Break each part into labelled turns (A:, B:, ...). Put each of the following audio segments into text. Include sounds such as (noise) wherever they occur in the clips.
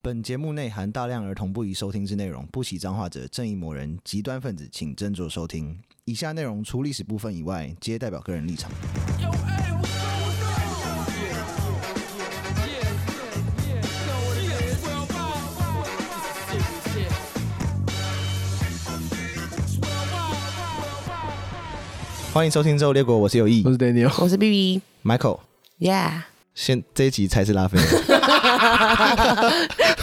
A: 本节目内含大量儿童不宜收听之内容，不喜脏话者、正义魔人、极端分子，请斟酌收听。以下内容除历史部分以外，皆代表个人立场。欢迎收听《之后列国》，我是有意
B: 我是 Daniel，
C: 我是 B B。
A: Michael。
C: Yeah，
A: 先这一集才是拉菲，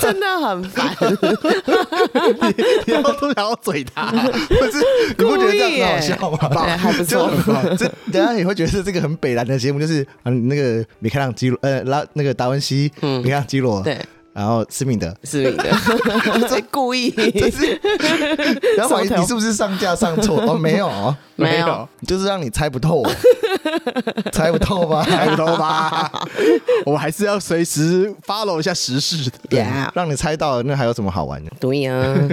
C: 真的很烦，
A: 你要吐然后嘴
C: (laughs)
A: 他，不是你不觉得这样子好笑吗？
C: 对还不错
A: 就很好这等一下也会觉得这个很北蓝的节目，就是嗯那个米开朗基罗，呃拉那个达文西，
C: 嗯
A: 米开朗基罗，
C: (laughs) 对，
A: 然后斯敏
C: (laughs)
A: 德，
C: 是你的，这故意
A: 这是，然后怀疑
C: 什么头
A: 你是不是上架上错？哦，没有哦，
C: (laughs) 没有，
A: 就是让你猜不
C: (laughs)
A: 透，猜不透吧，
B: 抬头
C: (laughs)
B: 吧，我们还是要随时 follow 一下时事的。
A: 对
C: Yeah
A: 让你猜到，那还有什么好玩的？
C: 对啊呀，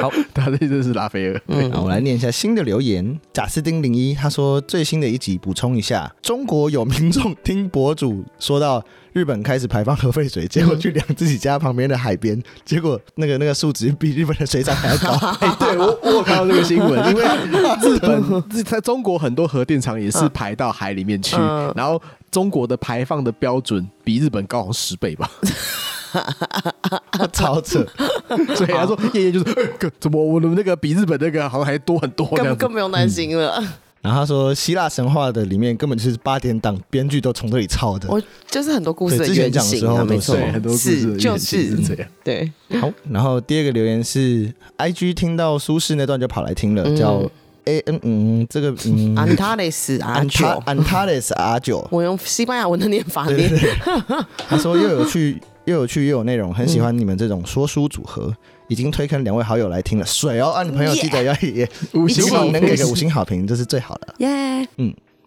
B: 好，他这真是拉
C: (laughs)
B: 斐尔。
A: 好，我来念一下新的留言。贾斯汀零一他说，最新的一集补充一下，中国有民众听博主说到日本开始排放核废水，结果去量自己家旁边的海边，结果那个那个数值比日本的水涨还要高。
B: 哎、对我我有看到这个新闻，因为日本日在中国很多核电厂也是排到海里面去，
C: 嗯
B: 然后中国的排放的标准比日本高好像十倍
C: (laughs)
B: 吧，
A: 超扯！
B: 所以他说夜夜就是、 (laughs) 哎哥怎么我们那个比日本那个好像还多很多这
C: 根
B: 样子
C: 更。不用担心了。
A: 然后他说，希腊神话的里面根本就是八点档，编剧都从这里抄的。
C: 我就是很多故事
A: 对
C: 的
A: 之前
C: 原
A: 讲的时
C: 型
A: 候
C: 啊，
A: 都
C: 没
A: 是
C: 错
B: 对，很多，故事的
C: 是就
B: 原型是这
C: 是
B: 样。
C: 对，
A: 好，然后第二个留言是，IG 听到苏轼那段就跑来听了，叫 A N 嗯，这个嗯，
C: 安塔雷斯阿
A: 安塔
C: 九，
A: 安塔雷斯阿九，
C: 我用西班牙文的念法念，
A: 他说又有趣 (laughs) 又有趣又有内容，很喜欢你们这种说书组合，已经推坑两位好友来听了。水哦，啊，你朋友记得要 (laughs) 也
B: 五
A: 如
B: 星
A: 果
B: 好
A: 你
B: 评
A: 能给个五星好评，这是最好的。
C: 耶，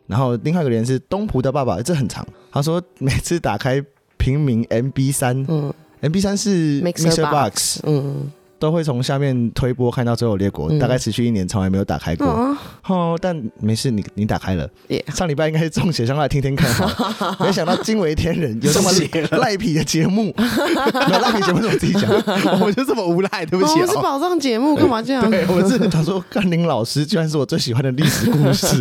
A: 然后另外一个人是东浦的爸爸，这很长。他说每次打开平民 MB 三
C: 嗯
A: ，MB 三是
C: Mixer
A: Mixer
C: Box
A: Box，
C: 嗯，
A: 都会从下面推播看到最后列国，大概持续一年，从来没有打开过。
C: 哦，
A: 哦，但没事，你你打开了。
C: 耶，
A: (laughs) 上礼拜应该是中邪，上来听听看 (laughs) 好了。没想到惊为天人，有这么赖皮的节 (laughs) 目，没有赖皮节目是我自己讲 (laughs) 的。
B: 我们就这么无赖，对不
C: 我
B: 起、
C: 们是
B: 哦。
C: 宝藏节目，干嘛这样？
A: 啊对，我是他说甘宁老师居然是我最喜欢的历史故 (laughs) 事，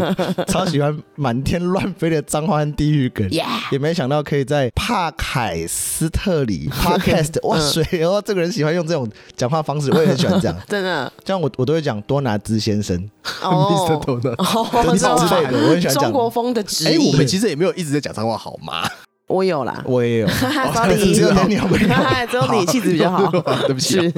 A: 超喜欢满天乱飞的脏话和地狱梗。
C: Yeah
A: 也没想到可以在帕凯斯特里 (laughs) podcast，哇塞哦，这个人喜欢用这种讲话方式，我也很喜欢这样。
C: 真的
A: 这样我我都会讲多拿兹先生，
C: (laughs) 哦
B: (laughs) Mr. Donut
C: 哦，
A: 之类的，我很喜欢
C: 中
A: 讲。
C: 国风的直
B: 哎、
C: 译
B: 我，们其实也没有一直在讲脏话，好吗？
C: 我有啦，
A: 我也有，
C: (laughs) sorry，
A: 只有 (laughs) 你有
C: (laughs)
A: 没有？
C: 只有你气质比较好，
B: 对不起、
C: 是
B: 啊，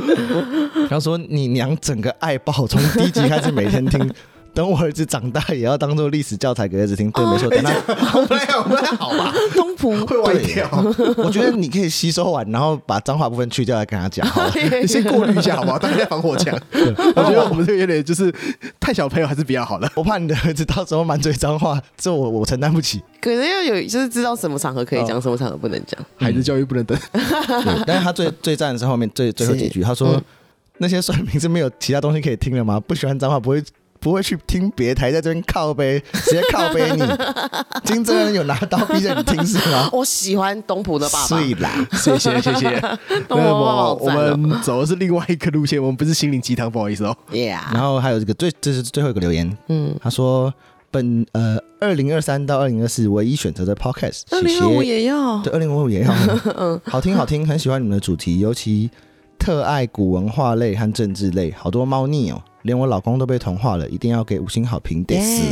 A: 然后说你娘整个爱爆，从第一集开始每天
C: (laughs)
A: 听，等我儿子长大也要当做历史教材给儿子听。
C: 哦
A: 对，没错，等他，
B: 好赖好赖好吧，
C: 东埔
B: 会歪掉。
A: 我觉得你可以吸收完，然后把脏话部分去掉来跟他
C: (laughs)
A: 讲 (laughs) 好了。
B: 你先过滤一下好不好？大家防火墙，我觉得我们这个有点就是太小朋友还是比较好了。
A: 我怕你的儿子到时候满嘴脏话，这我我承担不
C: (laughs)
A: 起。
C: 可能要有，就是知道什么场合可以讲，什么场合不能讲。
B: 孩子教育不能等，
A: 对但是他最最赞的是后面最最后几句，他说、
C: 嗯
A: 那些算命是没有其他东西可以听了吗？不喜欢脏话不会。不会去听别台，在这边靠背，直接靠背
C: (laughs)
A: 你。金正恩有拿刀逼着你听是吗？
C: 我喜欢东埔的爸爸，
A: 睡啦，
B: 谢谢谢谢。那
C: 懂了
B: 么我
C: 懂了
B: 们走的是另外一个路线，我们不是心灵鸡汤，不好意思哦。
C: ，Yeah，
A: 然后还有这个最，这是最后一个留言，
C: 嗯，
A: 他说本呃二零二三到二零二四唯一选择的 podcast，
C: 二
A: 谢
C: 零二五
A: 谢。
C: 也嗯要，
A: 对，二零二五也
C: (laughs)
A: 要，好听好听，很喜欢你们的主题，尤其特爱古文化类和政治类，好多猫腻哦，连我老公都被同化了，一定要给五星好评，得死，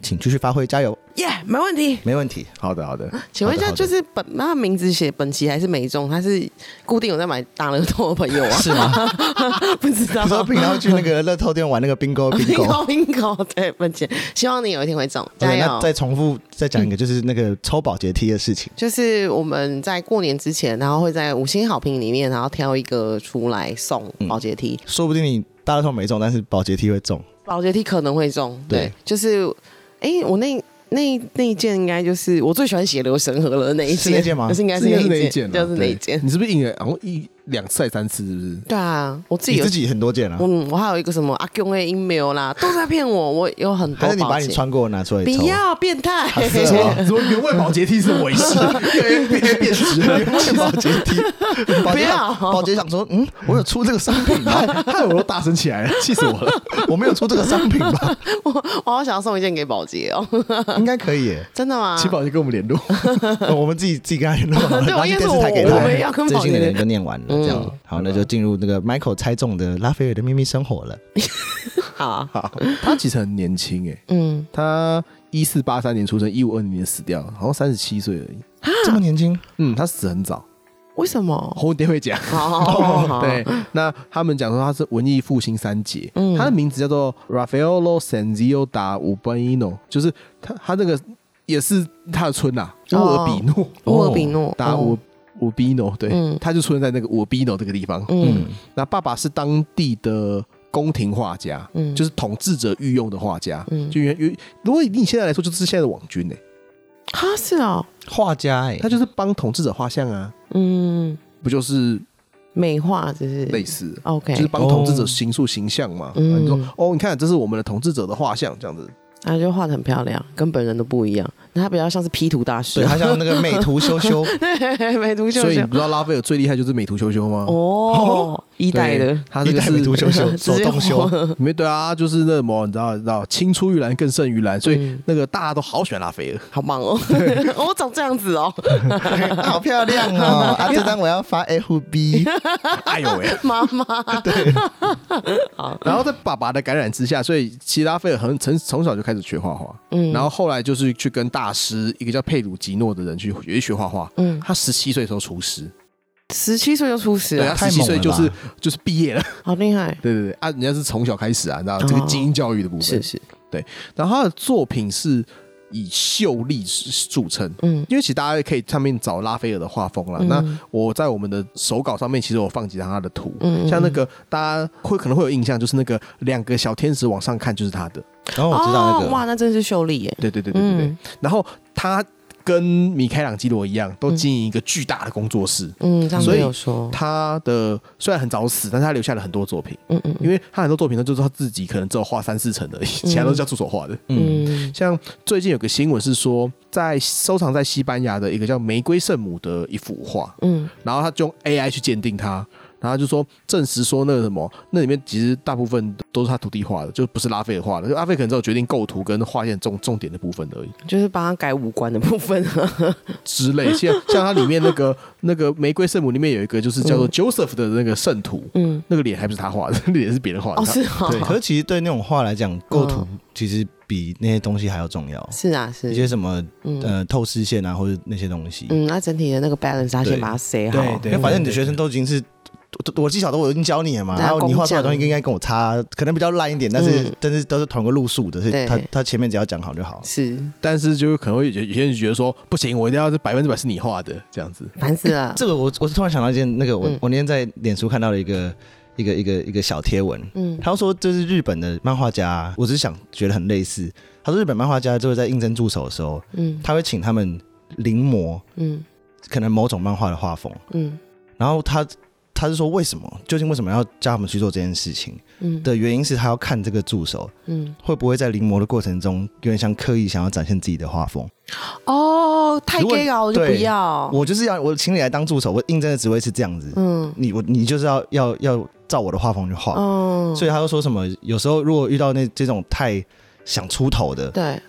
A: 请继续发挥，加油，
C: ，Yeah，没问题。
A: 没问
C: (laughs)
A: 题。
B: 好的好的，
C: 请问一
A: 好
C: 下，
A: 的好的
C: 就是本那他名字写本期还是美中？他是固定有在买大乐透的朋友啊？
A: 是吗？
C: (laughs) 不知道
A: 你。说平常去那个乐透店玩那个
C: (laughs)
A: bingo
C: 冰
A: bingo。
C: 狗冰狗，对，本期希望你有一天会中，加
A: OK，
C: 油
A: 那！再重复再讲一个，就是那个抽保洁梯的事情。
C: 就是我们在过年之前，然后会在五星好评里面，然后挑一个出来送
A: 嗯
C: 保洁梯，
A: 说不定你大乐透没中，但是保洁梯会中。
C: 保洁梯可能会中。对，
A: 对
C: 就是，哎、我那那那一件应该就是我最喜欢血流成河了那一
A: 是那件吗
C: 就是应该是
B: 这应
C: 那
B: 该是那一件
C: 件，
B: 啊
C: 就是那一
B: 对
C: 件。
B: 你是不是印了？然后一两次还三次，是不是？
C: 对啊，我自己
A: 你
C: 有
A: 自，己很多件啊，
C: 嗯，我还有一个什么阿 Q A email 啦，都在骗我，我有很多保
A: 还是
C: 险。
A: 你把你穿过的拿出来
C: 不
A: 抽？
C: 要变态，
A: 啊
B: 啊
A: 是哦
B: 什么原味保洁梯是我一次，越变越变质，原味保洁梯，
A: 保
C: 不
A: 洁
C: 要
A: 想保洁想说，嗯，我有出这个商品
C: (laughs)
A: 吗？
B: 害我都大声起来了，气死我了。
A: 我没有出这个商品
C: (laughs)
A: 吧？
C: (laughs) 我我好想要送一件给宝洁哦， (laughs)
A: 应该可以耶，
C: 真的吗？
B: 请保洁跟我们联络。
A: 呃我们自己自己跟他联络好了，
C: (laughs) 对
A: 然后
C: 我
A: 去
C: 也
A: 电
C: 是
A: 视台给
C: 我
A: 他。
C: 我也要跟
A: 最
C: 保嗯
A: 新
C: 洁
A: 的
C: 联
A: 人都念完了，这样好，那就进入那个 Michael 猜中的拉斐尔的秘密生活了。
C: 啊好，
B: 好，他其实很年轻诶，
C: 嗯，
B: 他一四八三年出生，一五二零年死掉，好像三十七岁而已。
A: 这么年轻，
B: 嗯，他死很早，
C: 为什么？
B: 后天会讲。
C: 哦好，
B: (laughs) 对，那他们讲说他是文艺复兴三杰，
C: 嗯
B: 他的名字叫做 Raffaello Sanzio da Urbino，就是他他这个也是他的村呐、啊，乌尔比诺，
C: 沃哦尔比诺，
B: 打乌
C: 哦，
B: 乌比诺，对，
C: 嗯
B: 他就出生在那个乌比诺这个地方。
C: 嗯
B: 那爸爸是当地的宫廷画家，
C: 嗯，
B: 就是统治者御用的画家，
C: 嗯
B: 就原原如果以你现在来说，就是现在的网军呢、
C: 啊，是哦，
A: 画家哎
B: 他，就是帮统治者画像啊，
C: 嗯，
B: 不就是
C: 美化就是
B: 类似？
C: OK，
B: 就是帮统治
A: 哦
B: 者形塑形象嘛。
C: 嗯
B: 啊你说哦，你看这是我们的统治者的画像，这样子。
C: 然后啊就画的很漂亮，跟本人都不一样，他比较像是 P 图大师
A: 对，他像那
C: (laughs)
A: 个美图修修，
C: 对， (laughs) 美图秀
B: 所以你
C: 秀
B: 不，知道拉斐尔最厉害就是美图秀秀吗？
C: 哦，一
B: 对
C: 代的，
B: 他这
A: 一
B: 个
A: 代
B: 是
A: 美图修
C: (laughs)
A: 修，手动修， (laughs)
B: 没对啊，就是那什么，你知道，你知道，青出于蓝更胜于蓝，所以
C: 嗯
B: 那个大家都好喜欢拉斐尔。 (laughs)
C: 好棒 (laughs) 哦，我长这样子哦，
A: 哎好漂亮哦！啊，这张我要发
C: (laughs)
A: FB，
B: 哎呦喂！
C: 妈妈，
A: (laughs)
B: 然后在爸爸的感染之下，所以其实拉斐尔很从从小就开始学画画，嗯，然后后来就是去跟大师一个叫佩鲁吉诺的人去也去学画画，
C: 嗯
B: 嗯，他十七岁的时候出师，
C: 十七岁就出师
B: 对，他
C: 了，
A: 哎太
B: 十七
A: 猛
B: 岁
A: 了
B: 就是
A: 吧
B: 就是毕业了，
C: 好厉害，
B: 对对对啊，人家是从小开始啊，你知道这个精英教育的部分
C: 哦是，是，
A: 哦
B: 然后他的作品是以秀丽著称，
C: 嗯
B: 因为其实大家可以上面找拉斐尔的画风啦。那我在我们的手稿上面，其实我放几张他的图，
C: 嗯
B: 像那个大家会可能会有印象，就是那个两个小天使往上看，就是他的。
A: 然后我知道那
C: 哦哇，
A: 个
C: 那真是秀丽耶，
B: 对对对对对对。
C: 嗯
B: 然后他跟米开朗基罗一样，都经营一个巨大的工作室。
C: 嗯，上
B: 所
C: 面
B: 以
C: 有说，
B: 他的虽然很早死，但是他留下了很多作品，
C: 嗯嗯
B: 因为他很多作品呢，就是他自己可能只有画三四成而已，其他都是叫助手画的。
A: 嗯，
C: 嗯
B: 像最近有个新闻是说，在收藏在西班牙的一个叫玫瑰圣母的一幅画，
C: 嗯
B: 然后他就用 AI 去鉴定它，然后他就说证实说那个什么，那里面其实大部分都是他徒弟画的，就不是拉斐尔画的，就拉斐尔可能只有决定构图跟画线重重点的部分而已
C: 嗯，就是帮他改五官的部分，啊
B: 之类。像像它里面那个那个玫瑰圣母里面有一个就是叫做 Joseph 的那个圣徒，
C: (laughs) 嗯，
B: 那个脸还不是他画的， (laughs) 那个脸是别人画的。
C: 哦是
A: 对。 (laughs) 可
C: 哦，
A: 是其实对那种画来讲，构图其实比那些东西还要重要，
C: 嗯是啊
A: 一
C: 是，
A: 些什么
C: 嗯
A: 呃透视线啊，或者那些东西，
C: 嗯，那整体的那个 balance 他先
A: 对
C: 把它塞好，
B: 对对
A: 因为反正你的学生都已经是。我我技巧都我已经教你了嘛，
C: 对啊
A: 然后你画出来的东西
C: 工
A: 应
C: 匠
A: 该跟我差，可能比较烂一点，但是、
C: 嗯
A: 但是都是同个路数的，所以
C: 对
A: 他他前面只要讲好就好。
C: 是
B: 但是就可能会有有些人觉得说不行，我一定要是百分之百是你画的这样子。
C: 烦死了，
A: (coughs) 这个我我突然想到一件，那个我、
C: 嗯
A: 我那天在脸书看到了一个一个一个一个小贴文，
C: 嗯
A: 他说这是日本的漫画家啊，我只是想觉得很类似。他说日本漫画家就是在应征助手的时候，
C: 嗯
A: 他会请他们临摹
C: 嗯
A: 可能某种漫画的画风，
C: 嗯
A: 然后他他是说为什么，究竟为什么要叫他们去做这件事情
C: 嗯
A: 的原因是他要看这个助手
C: 嗯，
A: 会不会在临摹的过程中，有点像刻意想要展现自己的画风。
C: 哦，太
A: 如果
C: gay 了，我就不
A: 对
C: 要，
A: 我就是要我请你来当助手，我应征的职位是这样子，
C: 哦嗯。
A: 你我你就是要要要照我的画风去画。
C: 嗯，
A: 所以他又说什么，有时候如果遇到那这种太想出头的，
C: 对，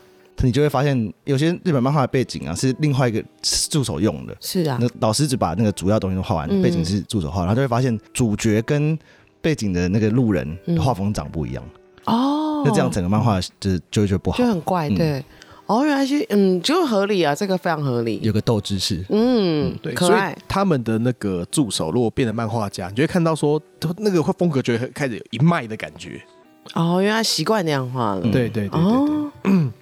A: 你就会发现有些日本漫画的背景啊是另外一个助手用的，
C: 是啊，
A: 那老师只把那个主要东西都画完，
C: 嗯
A: 背景是助手画，然后就会发现主角跟背景的那个路人
C: 嗯
A: 画风长不一样，
C: 哦，
A: 那这样整个漫画就是就会觉得不好
C: 就，很怪，
A: 嗯
C: 对，哦，原来是，嗯，就合理啊，这个非常合理，
A: 有个斗知识。
C: 嗯，
B: 对，
C: 可
B: 所以
C: 爱，
B: 他们的那个助手如果变成漫画家，你就会看到说，他那个风格就会开始有一脉的感觉。
C: 哦，原来习惯那样画了，
A: 嗯
B: 对对对对对。
C: 哦，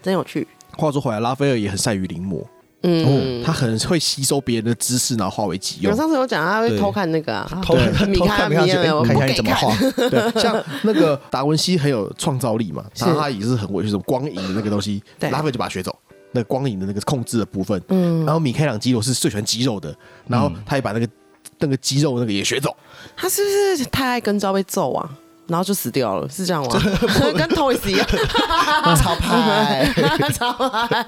C: 真有趣，
B: 话说回来，拉斐尔也很善于临摹，
C: 嗯，
A: 哦
B: 他很会吸收别人的知识，然后化为己
C: 我
B: 用。
C: 上次有讲他会
A: 对
C: 偷看那个啊，
A: 偷看
C: (laughs) 米
A: 偷
C: 开
A: 看没
C: 米
A: 看
C: 耶
A: 去，
C: 我
A: 哎
C: 不
A: 看一下你
C: 给
A: 怎么
C: 看
A: 画，
B: (laughs) 对，像那个达文西很有创造力嘛，
C: 是
B: 他他也是很会，就是光影的那个东西，
C: 对
B: 拉斐尔就把它学走。那个光影的那个控制的部分，
C: 嗯
B: 然后米开朗基罗是最喜欢肌肉的，然后他也把那个那个肌肉那个也学走。 (laughs)
C: 他是不是太爱跟招被揍啊？然后就死掉了，是
A: (laughs)
C: 这样吗？跟 Toys 一样，
A: 超哎派
C: (laughs)
A: (laughs)
C: 超派，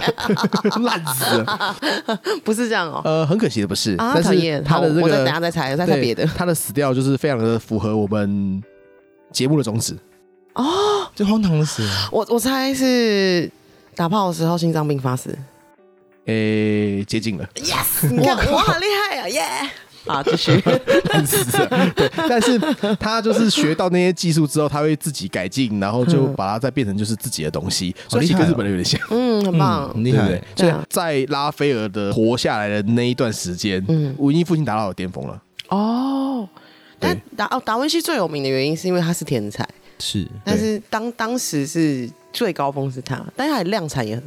B: 烂死
C: (laughs)
B: 了。
C: 不是这样哦。
B: 呃，很可惜的不是，
C: 啊
B: 但
C: 讨
B: 是
C: 厌
B: 他的
C: 好
B: 这个，
C: 我再等下再猜再猜
B: 对
C: 别的
B: 他的死掉就是非常的符合我们节目的宗旨。
A: (laughs) 就荒唐的死了。
C: 我我猜是打炮的时候心脏病发死。
B: 诶、接近了，
C: (laughs) Yes，你看我好厉害啊，耶！啊，继 (laughs) 续。
B: 烂死了。对，但是他就是学到那些技术之后，他会自己改进，然后就把它再变成就是自己的东西，所以其实跟日本人有点像。
C: 嗯，很棒。
A: 很厉
B: 对不
A: 害
B: 对，？所以
C: 对啊
B: 在拉斐尔的活下来的那一段时间，
C: 嗯
B: 文艺复兴达到了巅峰了。
C: 哦，但
B: 对
C: 达哦达文西最有名的原因是因为他是天才，
A: 是
C: 但是当当时是最高峰是他，但他的量产也很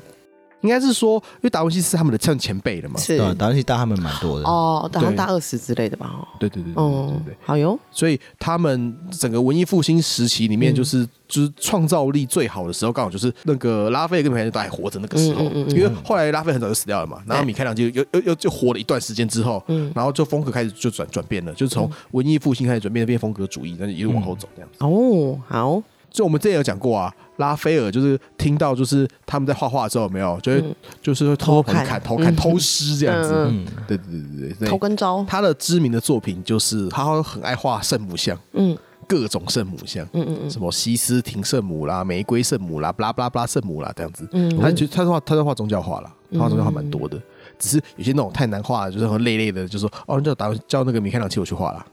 B: 应该是说，因为达文西是他们的像前辈了嘛。
C: 是
A: 对啊，达文西大他们蛮多的。
C: 哦，好像
B: 对
C: 大二十之类的吧。哦
B: 对对对对对
C: 哦
B: 对对，，
C: 好哟，
B: 所以他们整个文艺复兴时期里面，
C: 嗯
B: 就是、就是创造力最好的时候，刚好就是那个拉斐尔跟米开朗基罗都还活着那个时候，
C: 嗯嗯嗯嗯
B: 因为后来拉斐尔很早就死掉了嘛，然后米开朗基罗又又又就活了一段时间之后，
C: 嗯
B: 然后就风格开始就转转变了，就是从文艺复兴开始转变变风格主义，但是一路往后走这样子。
C: 哦，好，
B: 就我们之前有讲过啊，拉斐尔就是听到就是他们在画画的时候有没有，就会、
C: 嗯
B: 就是会偷偷
C: 偷看
B: 看、偷看、
C: 嗯
B: 偷师这样子。
C: 嗯
A: 嗯，
B: 对对对对对，
C: 头
B: 所以
C: 跟招，
B: 他的知名的作品就是他很爱画圣母像，
C: 嗯
B: 各种圣母像，
C: 嗯嗯
B: 什么西斯廷圣母啦、玫瑰圣母啦、巴拉巴拉巴拉圣母啦这样子。
C: 嗯
B: 他
C: 嗯，
B: 就他画他在画宗教画啦，他画宗教画蛮多的。只是有些那种太难画了，就是很累累的，就说哦，叫打叫那个米开朗基罗去
C: (laughs)
B: 画啦。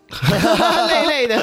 C: 累 (laughs) 累 (laughs) 的，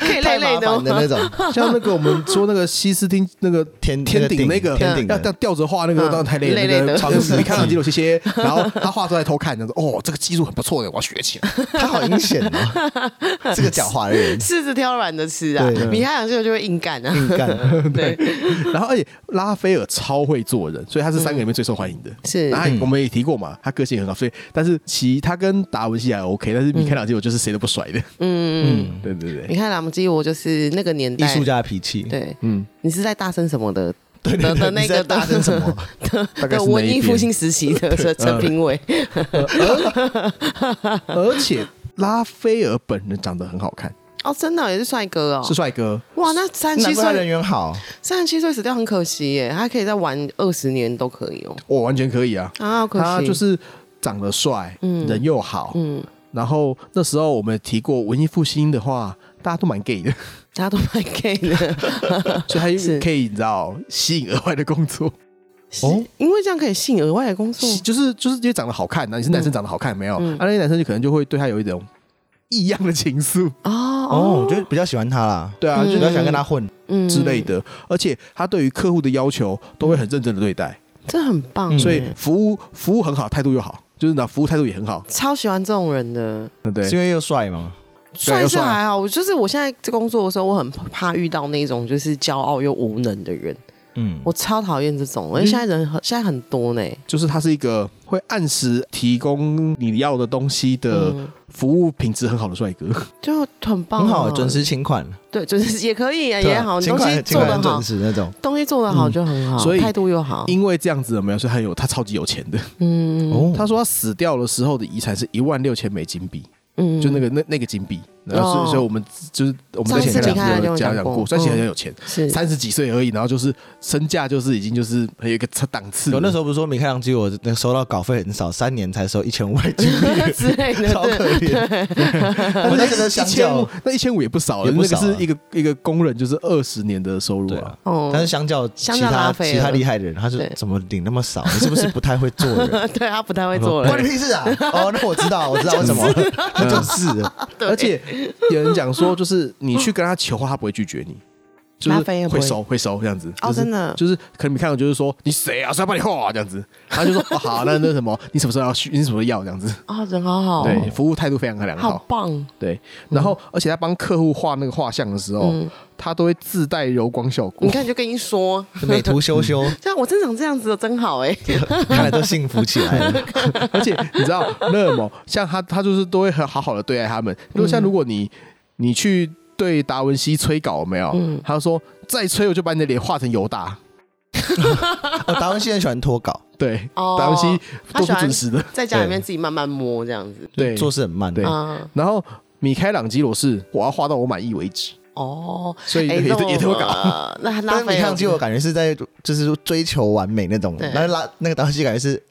C: 可以累
A: 太
C: 累
A: 麻
C: 的哦
A: 烦的
C: 吗，
A: 那种
B: 像那个我们说那个西斯汀那个
A: 天
B: 天顶那个
A: 天顶
B: 要要
A: 的，
B: 吊着画那个，
C: 嗯
B: 当然太累了。
C: 累
B: 那
C: 累
B: 个
C: 的
B: 长你看到
C: (laughs)
B: 记录，谢谢。然后他画出来偷看，他说：“哦，这个技术很不错的，我要学起
C: (laughs)
B: 来。
A: 他好阴险哦，这个狡猾的人，
C: 柿子挑软的吃啊
A: 对，嗯
C: 米开朗基罗就会硬干啊，
A: 硬干，
C: (laughs) 对，”
B: (laughs) 然后，而且拉斐尔超会做人，所以他是三个里面最受欢迎的。
C: 嗯是
B: 然后我们也提过嘛，他个性很好，所以但是其他跟达文西还 OK，但是米开朗基罗就是谁都不甩的。
C: 嗯，
B: 对对对
C: 米，开朗基罗就是那个年
A: 艺
C: 代
A: 术，家的脾气，
C: 对，
B: 嗯，
C: 你是在大声什么的？
A: 对
C: 的的那
A: 你在
C: 个
A: 大声
C: (laughs)
A: 什么？
B: 大概
C: 的
B: 是那
C: 文
B: 一
C: 艺
B: 边
C: 复。兴时期的陈
A: 嗯
C: 陈评委，
B: 而且拉斐尔本人长得很好看，
C: 哦，真的也是帅哥哦
B: 是。帅哥。
C: 哇，那三十
A: 难
C: 七
A: 怪他人
C: 岁，
A: 缘好，
C: 三十七岁死掉很可惜耶，他可以再玩二十年都可以哦。
B: 我完全可以啊，
C: 啊，好可惜。
B: 他就是长得帅，
C: 嗯
B: 人又好，
C: 嗯，
B: 然后那时候我们提过文艺复兴的话，大家都蛮
C: (laughs)
B: gay 的，
C: 大家都蛮 gay 的，
B: 所以他又
C: 是
B: 可以你知道吸引额外的工作，
A: (laughs) 哦
C: 因为这样可以吸引额外的工作。
B: 吸就是就是因为长得好看呐、你是男生长得好看没有？
C: 嗯
B: 啊，那些男生就可能就会对他有一种异样的情愫，
C: 哦
A: 哦，
C: 哦
A: 我就比较喜欢他啦，
B: 对啊，
A: 就
B: 就
A: 比
B: 是
A: 较想跟他混，
C: 嗯
B: 之类，的。而且他对于客户的要求都会很认真的对待，
C: 这很棒
A: 嗯
C: 耶。
B: 所以服务服务很好，态度又好，就是呢服务态度也很好，
C: 超喜欢这种人的，
B: 嗯对不
A: 是因
B: 对？
A: 为又帅吗？
C: 帅
B: 又
C: 是
B: 帅
C: 还好，我就是我现在在工作的时候，我很怕遇到那种就是骄傲又无能的人，
A: 嗯，
C: 我超讨厌这种。而且现在人很现在很多呢，
B: 就是他是一个会按时提供你要的东西的
C: 嗯
B: 服务品质很好的帅哥。
C: 就很棒啊，
A: 很好，准时请款，
C: 对，准时也可以啊，
A: 对
C: 也
A: 啊
C: 好，
A: 请
C: 东西
A: 款请
C: 做
A: 款
C: 得好
A: 准，时那种，
C: 东西做得好就很好，
B: 所以
C: 态度又好，
B: (laughs) 因为这样子有没有？所以很有他超级有钱的。
C: 嗯
A: 哦，
B: 他说他死掉的时候的遗产是一万六千美金币，
C: 嗯
B: 就那个那那个金币。然后所以
C: 哦
B: 所以我们就是我们
C: 上
B: 在
A: 次
B: 前两
A: 你
C: 看
B: 集
C: 就
B: 有
C: 有
B: 讲
C: 讲
B: 讲
C: 过
B: 过，所以其实
C: 嗯
B: 很有钱，
C: 是
B: 三十几岁而已，然后就是身价就是已经就是很有一个档次了。
A: 有那时
B: 候
A: 候不是说米开朗基罗那收到稿费很少，三年才收一千五百金币，
C: (laughs) 之类的，
A: 超可
C: (laughs) 对，
A: 怜。 (laughs) 但是这个
B: 一
A: 相
B: 千
A: 较
B: 五，，那一千五也不少了，
A: 也不
B: 那个
A: 少啊
B: 是一个一个工人就是二十年的收入
A: 对
B: 啊
A: 啊。
C: 哦
A: 但是相较其
C: 相较
A: 他
C: 拉斐尔
A: 其他厉害的人，他是
C: 对
A: 怎么领那么少？你是不是不太会做人？
C: 对他不 (laughs) 太会做
A: 关你 (laughs)
C: 人，
A: 屁事
C: (laughs)
A: 啊！哦，那我知道，我知道为什么，那就是了
C: 对
B: 而且有人讲说，就是你去跟他求话，他不会拒绝你，就
C: 拉菲
B: 是
C: 也不
B: 会
C: 会
B: 收会收这样子。就
C: 哦
B: 是
C: 真的
B: 就是可能你看到就是说你谁啊，谁要帮你画、啊、这样子，他就说、哦、好，那那什么，你什么时候要去，你什么时候要这样子。
C: 啊，人好好，
B: 对，服务态度非常良
C: 好
B: 好。
C: 棒，
B: 对，然后而且他帮客户画那个画像的时候，
C: 嗯
B: 他都会自带柔光效果
C: 你。看就跟你说，
A: 美图修
C: (laughs)
A: 修，
C: 对啊，我真长这样子的真好哎，
A: 看来都幸福起来
C: (laughs)
A: 了。
B: (laughs) 而且你知道那么像他，他就是都会很好好的对待他们。如果
C: 嗯
B: 像如果你你去
C: 嗯
B: 对达文西催稿有没有，他就说再催我就把你的脸画成犹大。
A: 哦，达文西很喜欢脱稿，
B: 对，
C: 哦
B: 达文西
C: 他
B: 都
C: 喜
B: 不
C: 欢
B: 准
C: (laughs)
B: 时的，
C: 在家里面自己慢慢摸这样子。
B: 对，
A: 做事很慢。
B: 对
C: 啊，
B: 然后米开朗基罗是我要画到我满意为止，
C: 哦，
B: 所以
C: 哎
B: 也
C: 那
B: 也也都
C: 我
B: 搞
C: 呃那
A: 但
C: 拉
A: 是米
C: 菲
A: 开
C: 尔
A: 朗基
C: (laughs)
A: 罗感觉是在就是追求完美那种，
C: 对
A: 然后拉那个达文西感觉是。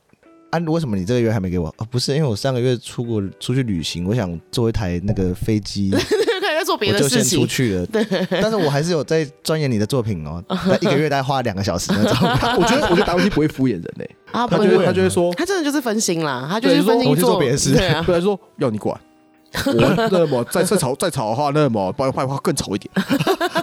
A: 啊，为什么你这个月还没给我？哦，不是，因为我上个月出国出去旅行，我想坐一台那个飞 (laughs) 机，
C: 开始在做别
A: 我
C: 的
A: 就
C: 事
A: 先出
C: 情，
A: 去了。对， (laughs) 但是我还是有在钻研你的作品哦，那一个月大概花两个小时那 (laughs) 种。
B: 我觉得，我觉得达文西不会敷衍人呢、
C: 啊，
B: 他
C: 不
B: 就
A: 不
B: 会
A: 会
B: 他就会说，
C: 他真的就是分心啦，他就
B: 对
C: 是
B: 就说
C: 分心
A: 我去做别的事
C: 对啊，
B: 对他说要你管。我那么再再吵再吵的话，那么不然坏话更吵一点。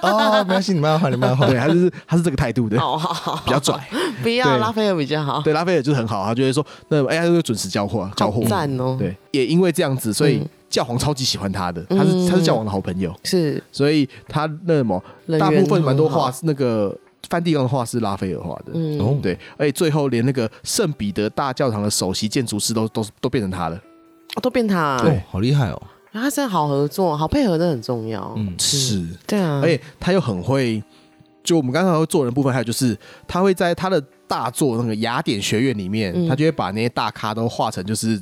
A: 哦，没关系，你慢慢画，你慢慢画。
B: 对，他就是他是这个态度的，
C: 哦，好
B: (laughs)
C: 好好
B: 比较拽。
C: 不要
B: 对
C: 拉菲尔比较好，
B: 对，拉斐尔就是很好，他就会说，那哎，他就会准时交货，交
C: 好
B: 货。
C: 赞哦，
B: 对，也因为这样子，所以
C: 嗯
B: 教皇超级喜欢他的，他是他是教皇的好朋友，
C: 是
B: 所以他那什么
C: 人缘
B: 大部分蛮多
C: 很好
B: 画是那个梵蒂冈的画是拉斐尔画的，
C: 嗯
A: 哦
B: 对，而且最后连那个圣彼得大教堂的首席建筑师都都都变成他了，
C: 哦都变他，
A: 哦，好厉害哦！
C: 然后他真的好合作，好配合，真的很重要。
A: 嗯，
B: 是，
C: 对啊，
B: 而且他又很会，就我们刚才会做人的部分，还有就是他会在他的大作那个雅典学院里面，
C: 嗯
B: 他就会把那些大咖都画成就是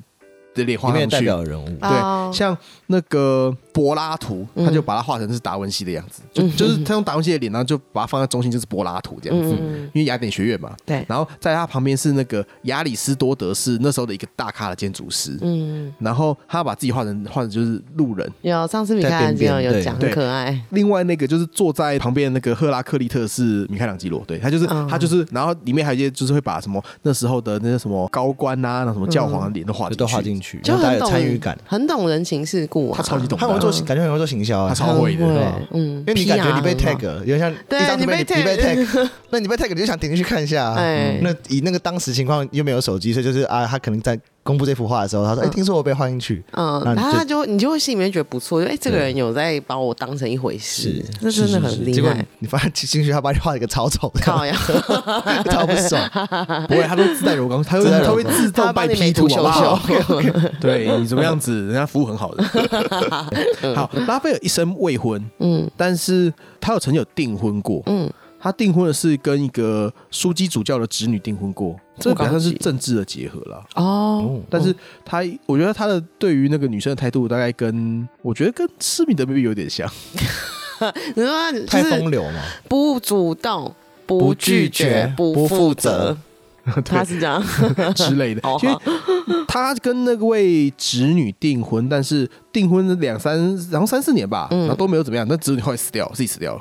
B: 的脸
A: 里
B: 画
A: 面
B: 上
A: 的代
B: 去。
A: 表人物，
C: 哦
B: 对，像那个柏拉图，
C: 嗯
B: 他就把它画成是达文西的样子，就
C: 嗯
B: 就是他用达文西的脸，然后就把它放在中心，就是柏拉图这样子。
C: 嗯，
B: 因为雅典学院嘛，
C: 对，
B: 然后在他旁边是那个亚里士多德，是那时候的一个大咖的建筑师。
C: 嗯，
B: 然后他把自己画成画成就是路人，
C: 有上次米开朗基罗有讲，
B: 对
C: 很可爱，
B: 另外那个就是坐在旁边的那个赫拉克利特是米开朗基罗，对他就是、
C: 嗯
B: 他就是，然后里面还有一些就是会把什么那时候的那些什么高官啊，那什么教皇的脸都画进去，
A: 都画进去，
C: 就
A: 让大家
C: 很
A: 有
C: 懂
A: 参与感。
C: 很懂人情世故啊，
B: 他超级懂的
A: 他们会做，感觉很会做行销啊
B: 他，超会的，
C: 很
B: 对吧
A: 吧
C: 嗯，因
A: 因为你感觉你被 tag，了有点像
C: 对
A: 一张图片
C: 你被
A: 你被
C: tag (laughs)
A: tag，那你被 tag 你就想点进去看一下啊。
C: 哎
A: 那以那个当时情况又没有手机，所以就是啊，他可能在公布这幅画的时候，他说：“哎，听说我被画进去。
C: 嗯，
A: 那
C: 然
A: 你就
C: 后他就你就会心里面觉得不错，就哎，这个人有在把我当成一回事，这真的很”厉
A: 结果
C: 害，
A: 你发现进去，他把你画一个超丑的，
C: 靠呀，
A: (laughs) 超不爽。
B: 不会，他都自带柔光，他
C: (laughs)
B: 会
A: 自带柔
B: 他
A: 光
B: 会自动
C: 他
B: 拜
C: 帮你
B: P
C: 美
B: 图
C: 图
B: 好
C: 秀
B: 不
C: 秀
B: 好？， (laughs) 对你怎么样子，人家服务很
C: (laughs)
B: 好的。好，拉斐尔一生未婚，
C: 嗯
B: 但是他有曾经有订婚过。
C: 嗯，
B: 他订婚的是跟一个枢机主教的侄女订婚过，这
C: 高
B: 好像是
C: 级
B: 政治的结合啦。
C: 哦，
B: 但是他，我觉得他的对于那个女生的态度，大概跟我觉得跟施米德 maybe 有点
C: (laughs)
B: 像。
C: 你说 (laughs) 就
A: 太风
C: 是
A: 流嘛，
C: 不主动、不
A: 不
C: 拒
A: 拒
C: 绝
A: 绝、
C: 不
A: 不
C: 负
A: 负
C: 责
A: 责，
C: 他是这样，
B: 之类的
C: 哦，
B: 因为他跟那位侄女订婚，但是订婚两三，然后三四年吧，
C: 嗯
B: 然后都没有怎么样，但侄女后来死掉，自己死掉
C: (laughs)
B: 了。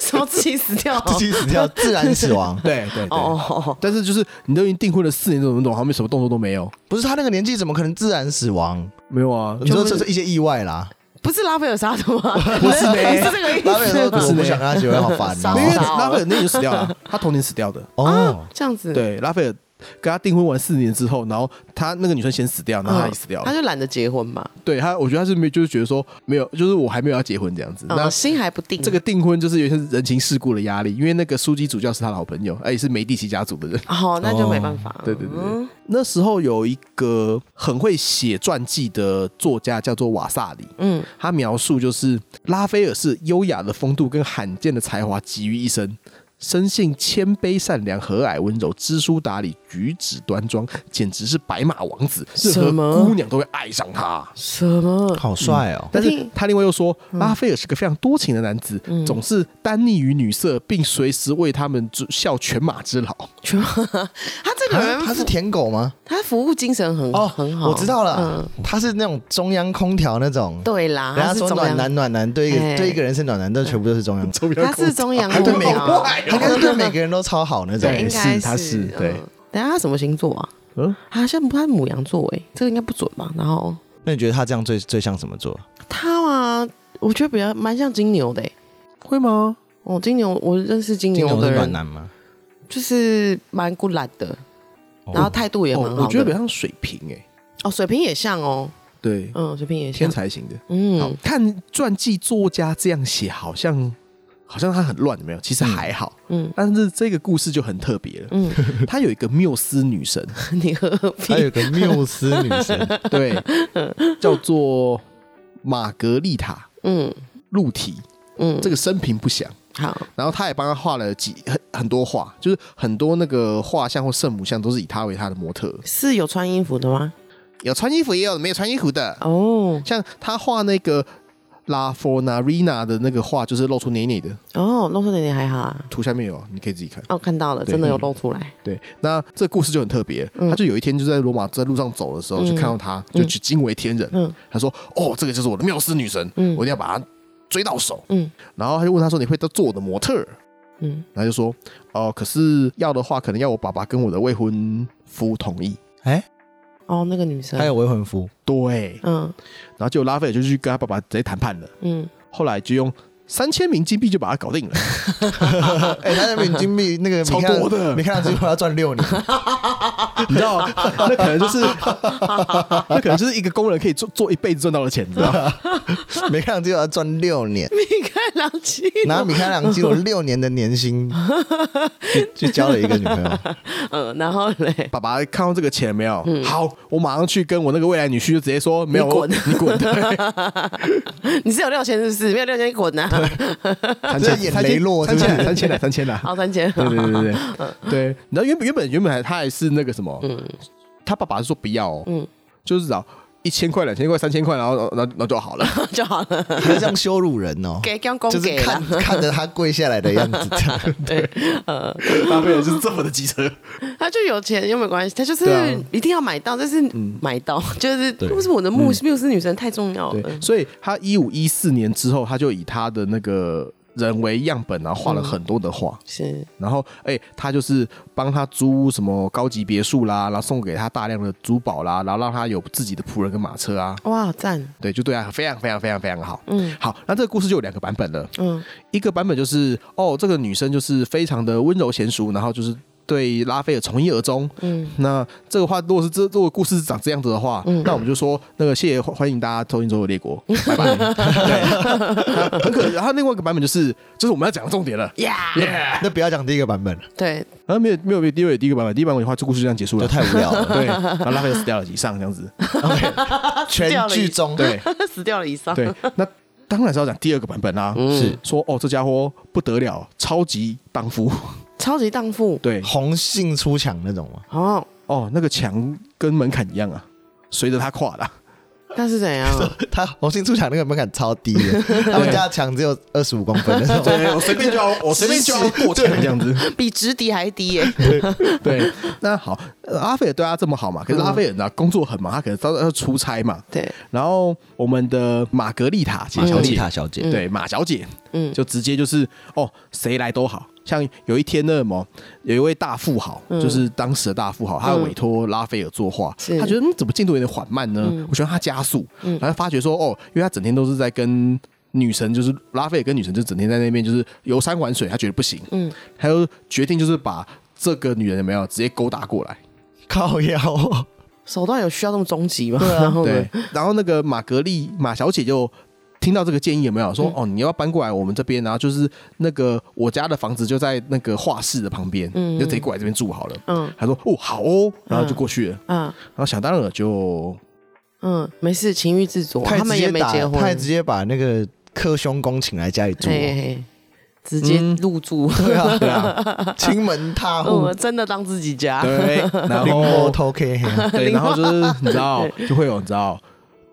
C: 什么自己死掉，
A: 自己死掉，自然死
C: (laughs)
A: 亡。
B: 对对对。
C: 哦哦，哦
B: 但是就是你都已经订婚了四年，怎么懂？好像什么动作都没有。
A: 不是他那个年纪，怎么可能自然死亡？
B: 没有啊，
A: 你说这是一些意外啦。
C: 不是拉斐尔杀的吗？
B: 不是嘞
C: 不是这个意
A: 拉菲尔
C: 思
A: 说
C: 吧？
A: 我不想跟他结婚，好烦
C: 傻 (laughs)
B: 因为
C: 傻
A: 哦。
B: 拉斐尔那年就死掉
C: (laughs)
B: 了，他童年死掉的。
C: 啊
A: 哦，
C: 这样子，
B: 对，拉斐尔跟他订婚完四年之后，然后他那个女生先死掉，然后他
C: 嗯
B: 也死掉
C: 他
B: 了。
C: 就懒得结婚嘛，
B: 对他，我觉得他是没，就是觉得说没有，就是我还没有要结婚这样子。那
C: 嗯，心还不定。
B: 这个订婚就是有一些人情世故的压力，因为那个枢机主教是他的好朋友，哎，也是梅第奇家族
C: (laughs)
B: 的人。
C: 哦，那就没办法。
B: 对对对对
C: 嗯
B: 那时候有一个很会写传记的作家，叫做瓦萨里，
C: 嗯，
B: 他描述就是拉斐尔是优雅的风度跟罕见的才华集于一身。生性谦卑、善良、和蔼、温柔、知书达理、举止端庄，简直是白马王子，任
C: 什么
B: 何姑娘都会爱上他。
C: 什么？
A: 好帅哦。
B: 但
C: 我
B: 是
C: 听嗯
B: 他另外又说，拉斐尔是个非常多情的男子，总是单溺于女色，并随时为他们之效犬马之劳。
C: 全 (laughs) 他这个人
A: 啊他是
C: 服，
A: 舔狗吗？
C: 他服务精神很
A: 哦，
C: 嗯很好。嗯
A: 我知道了，他是那种中央空调那种，
C: 对啦，
A: 人
C: 他
A: 家
C: 啊是
A: 说
C: 中
A: 暖
C: 央，
A: 男暖男，对一个
C: 哎
A: 对一个人是暖男，这全部都是中央，
C: 他是啊中央
A: 啊他
C: 空
A: 对每
C: 调
A: 个，他应该是对每个人都超好那种
C: 对，。应该
B: 是他是对
C: 嗯等一下他什么星座啊？
B: 嗯，
C: 他像他母羊座哎，这个应该不准吧？然后
A: 那你觉得他这样最最像什么座？
C: 他嘛，我觉得比较蛮像金牛的哎。
B: 会吗？
C: 哦，金牛，我认识金
A: 金
C: 牛
A: 牛
C: 的
A: 是
C: 人
A: 暖，男吗？
C: 就是蛮古懒的，然后态度也蛮好
B: 哦
C: 的。，
B: 我觉得比较像水瓶哎、
C: 哦，水瓶也像哦，
B: 对，
C: 嗯，水瓶也
B: 天
C: 像，
B: 才型的。好
C: 嗯，
B: 看传记作家这样写，好像好像他很乱，有没有？其实还好，
C: 嗯
B: 嗯。但是这个故事就很特别了，
C: 嗯 (laughs)
B: 嗯，他有一个缪斯女神，
C: 你何必
A: 他
B: 哎
A: 有个缪斯女
C: (laughs)
A: 神，
B: 对，叫做玛格丽塔
C: 嗯
B: 露提，
C: 嗯，
B: 这个生平不详。
C: 好，
B: 然后他也帮他画了几很很多画，就是很多那个画像或圣母像都是以他为他的模特，
C: 是有穿衣服的吗？
B: 有穿衣服也有没有穿衣服的，
C: 哦
B: 像他画那个。La Fornarina 的那个画就是露出黏黏的，
C: 哦，露出点点还好啊。
B: 图下面有，你可以自己看。
C: 哦，看到了，
B: 对嗯
C: 真的有露出来。
B: 对，那这故事就很特别，
C: 嗯
B: 他就有一天就在罗马在路上走的时候，
C: 嗯
B: 就看到他，就去惊为天人。
C: 嗯
B: 他说：“哦，这个就是我的缪斯女神，
C: 嗯
B: 我一定要把她追到手。”
C: 嗯
B: 然后他就问他说：“你会都做我的模特儿？”
C: 嗯，
B: 然后就说：“哦，可是要的话，可能要我爸爸跟我的未婚夫同意。
A: 哎，
C: 哦，那个女生
A: 还，有未婚
C: (laughs)
A: 夫，”
B: 对，
C: 嗯
B: 然后就拉斐尔就去跟他爸爸直接谈判了，
C: 嗯， (laughs)
B: 后来就用三千名金币就把他搞定了，
A: 哎，他那边金币那个
B: 超
A: 米开朗
B: 多
A: (laughs)
B: 的
A: 米开朗基罗要赚六年，
B: 你知道吗？ (laughs) 那可能就是，那可能就是一个工人可以做做一辈子赚到的钱，你知道吗？ (laughs)
A: 米开朗基罗要赚六
C: (laughs)
A: 年，
C: 米开朗基
A: 拿
C: 罗，
A: 米开朗基罗六年的年
C: (laughs)
A: 薪去去交了一个女朋友，
C: 嗯，然后嘞， (laughs)
B: 爸爸看到这个钱没有？好，我马上去跟我那个未来女婿就直接说，没有，
C: 嗯你滚
B: 你滚！对
C: 你是有六千是不是？没有六千你啊滚呐！
B: (laughs) 三
A: 这演雷洛
B: 三
A: 是
B: 千
A: 不是
B: 三千来，三千来，
C: (laughs) 好，三千，
B: (laughs) 对对对对
C: 嗯
B: 对，对。然后原本原本原本还他还是那个什么，他爸爸是说不要、哦，
C: 嗯
B: 就是找一千块、两千块、三千块，然后然后然后然后就好
C: (laughs)
B: 了。
C: (laughs) 就好了，
A: 还这样羞辱人哦，
C: 给刚公
A: 就是
C: 给
A: 看
C: 了，
A: 看着他跪下来的样子，这
C: (laughs)
A: 样
C: 对，呃，
B: 拉斐尔就是这么的机车，
C: 他就有钱又没关系，他就是
B: 对啊嗯
C: 一定要买到，但是买到 (laughs) 就是不是我的牧缪斯女神太重要了
B: 对，，所以他一五一四年之后，他就以他的那个人为样本，然后
C: 嗯
B: 画了很多的画。
C: 是
B: 然后，哎、他就是帮他租什么高级别墅啦，然后送给他大量的珠宝啦，然后让他有自己的仆人跟马车啊，
C: 哇赞，
B: 对，就对他非常非常非常非常好。
C: 嗯
B: 好，那这个故事就有两个版本了。
C: 嗯
B: 一个版本就是哦，这个女生就是非常的温柔娴熟，然后就是对拉斐尔从一而终。
C: 嗯
B: 那这个话，如果是这如果故事是长这样子的话，那我们就说那个谢谢欢欢迎大家收听《周游列国》，拜拜。对，很可能。然后另外一个版本就是，就是我们要讲的重点了。
C: 呀，
B: Yeah，
A: 那不要讲第一个版本了，
C: 对， (laughs)
B: 然后没有没有没有第二第一个版本，第一个版本的话，这故事就这样结束
A: 就
B: 了。
A: 太无聊了。
B: 对，然后拉斐尔死掉了，以上这样子。
C: (laughs)
A: 全剧终，
B: 对
C: 死掉了以上，
B: 对，那当然是要讲第二个版本啦、
C: 嗯
A: 是
B: 说哦，这家伙不得了，超级荡妇。
C: 超级荡妇
B: 对，
A: 红杏出墙那种吗？
C: 哦，
B: 哦，那个墙跟门槛一样啊，随着他跨的啊、
C: 那是怎样？
A: 他红杏出墙那个门槛超低 (laughs) 的，他们家的墙只有二十五公分那种。
B: (laughs) 对，我随便就 (laughs) 要，我随便就要过墙这样子。
C: 比直敌还低耶，
B: (laughs) 对，那好，呃阿菲尔对他这么好嘛，可是阿菲尔呢，工作很忙，他可能到要出差嘛。
C: 对，
B: 然后我们的玛格丽塔姐小姐，
A: 小姐
B: 对马小姐，
C: 嗯
B: 就直接就是哦，谁来都好。像有一天呢，么有一位大富豪，就是当时的大富豪，他委托拉斐尔作画，
C: 是
B: 他觉得嗯，怎么进度有点缓慢呢？我希望他加速，然后发觉说哦，因为他整天都是在跟。女神就是拉斐尔跟女神就整天在那边就是游山玩水，他觉得不行，
C: 嗯
B: 他就决定就是把这个女人有没有直接勾搭过来，
A: (laughs) 靠腰哦，
C: 手段有需要这么终极吗？然后呢
B: 对？，然后那个玛格丽马小姐就听到这个建议有没有
C: 嗯
B: 说、哦，你要搬过来我们这边，然后就是那个我家的房子就在那个画室的旁边，
C: 嗯
B: 你就直接过来这边住好了。
C: 嗯
B: 她说哦好哦，然后就过去了，
C: 啊
B: 然后想当然了就
C: 嗯，没事，情欲自足，
A: 他也
C: 他
A: 直
C: 们
A: 接
C: 也没
A: 打，
C: 结婚，
A: 他也直接把那个克兄公请来家里住哦，
C: 嘿嘿，直接
B: 嗯
C: 入住，
A: 对啊，对
C: (laughs)
A: 啊， (laughs) 亲门踏户
C: 我，真的当自己家，
B: 对，然
A: 临摹
B: 后
A: 偷 (laughs) K，
C: (laughs)
B: 对，然后就是你知道
C: 对
B: 就会有你知道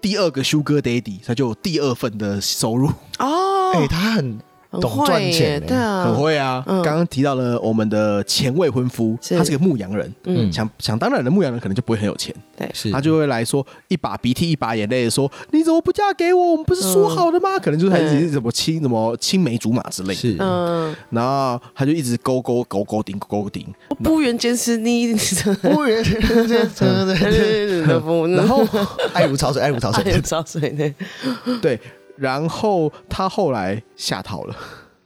B: 第二个 Sugar Daddy，他就有第二份的收入，
C: 哦，
A: 哎，他很
C: 很
A: 懂
C: 会
A: 赚
C: 耶
A: 钱欸
C: 对啊，
B: 很会啊。
C: 嗯
B: 刚刚提到了我们的前未婚夫，
C: 是
B: 他是个牧羊人，
C: 嗯
B: 想想当然的牧羊人可能就不会很有钱。
C: 对，
A: 是
B: 他就会来说一把鼻涕一把眼泪的说：“你怎么不嫁给我？我们不是说好的吗？”可能就是他一直什么青什么青梅竹马之类的。
A: 嗯是
C: 嗯，
B: 然后他就一直勾勾勾勾顶勾勾
A: (gasps)
B: 顶，
C: 不原坚持你，
A: 不远，
B: 然
C: (laughs) 然
B: 后
A: 爱如潮水，爱如潮 (laughs)
C: 还有
A: 水，
C: 烧水呢，
B: 对，然后他后来下套了。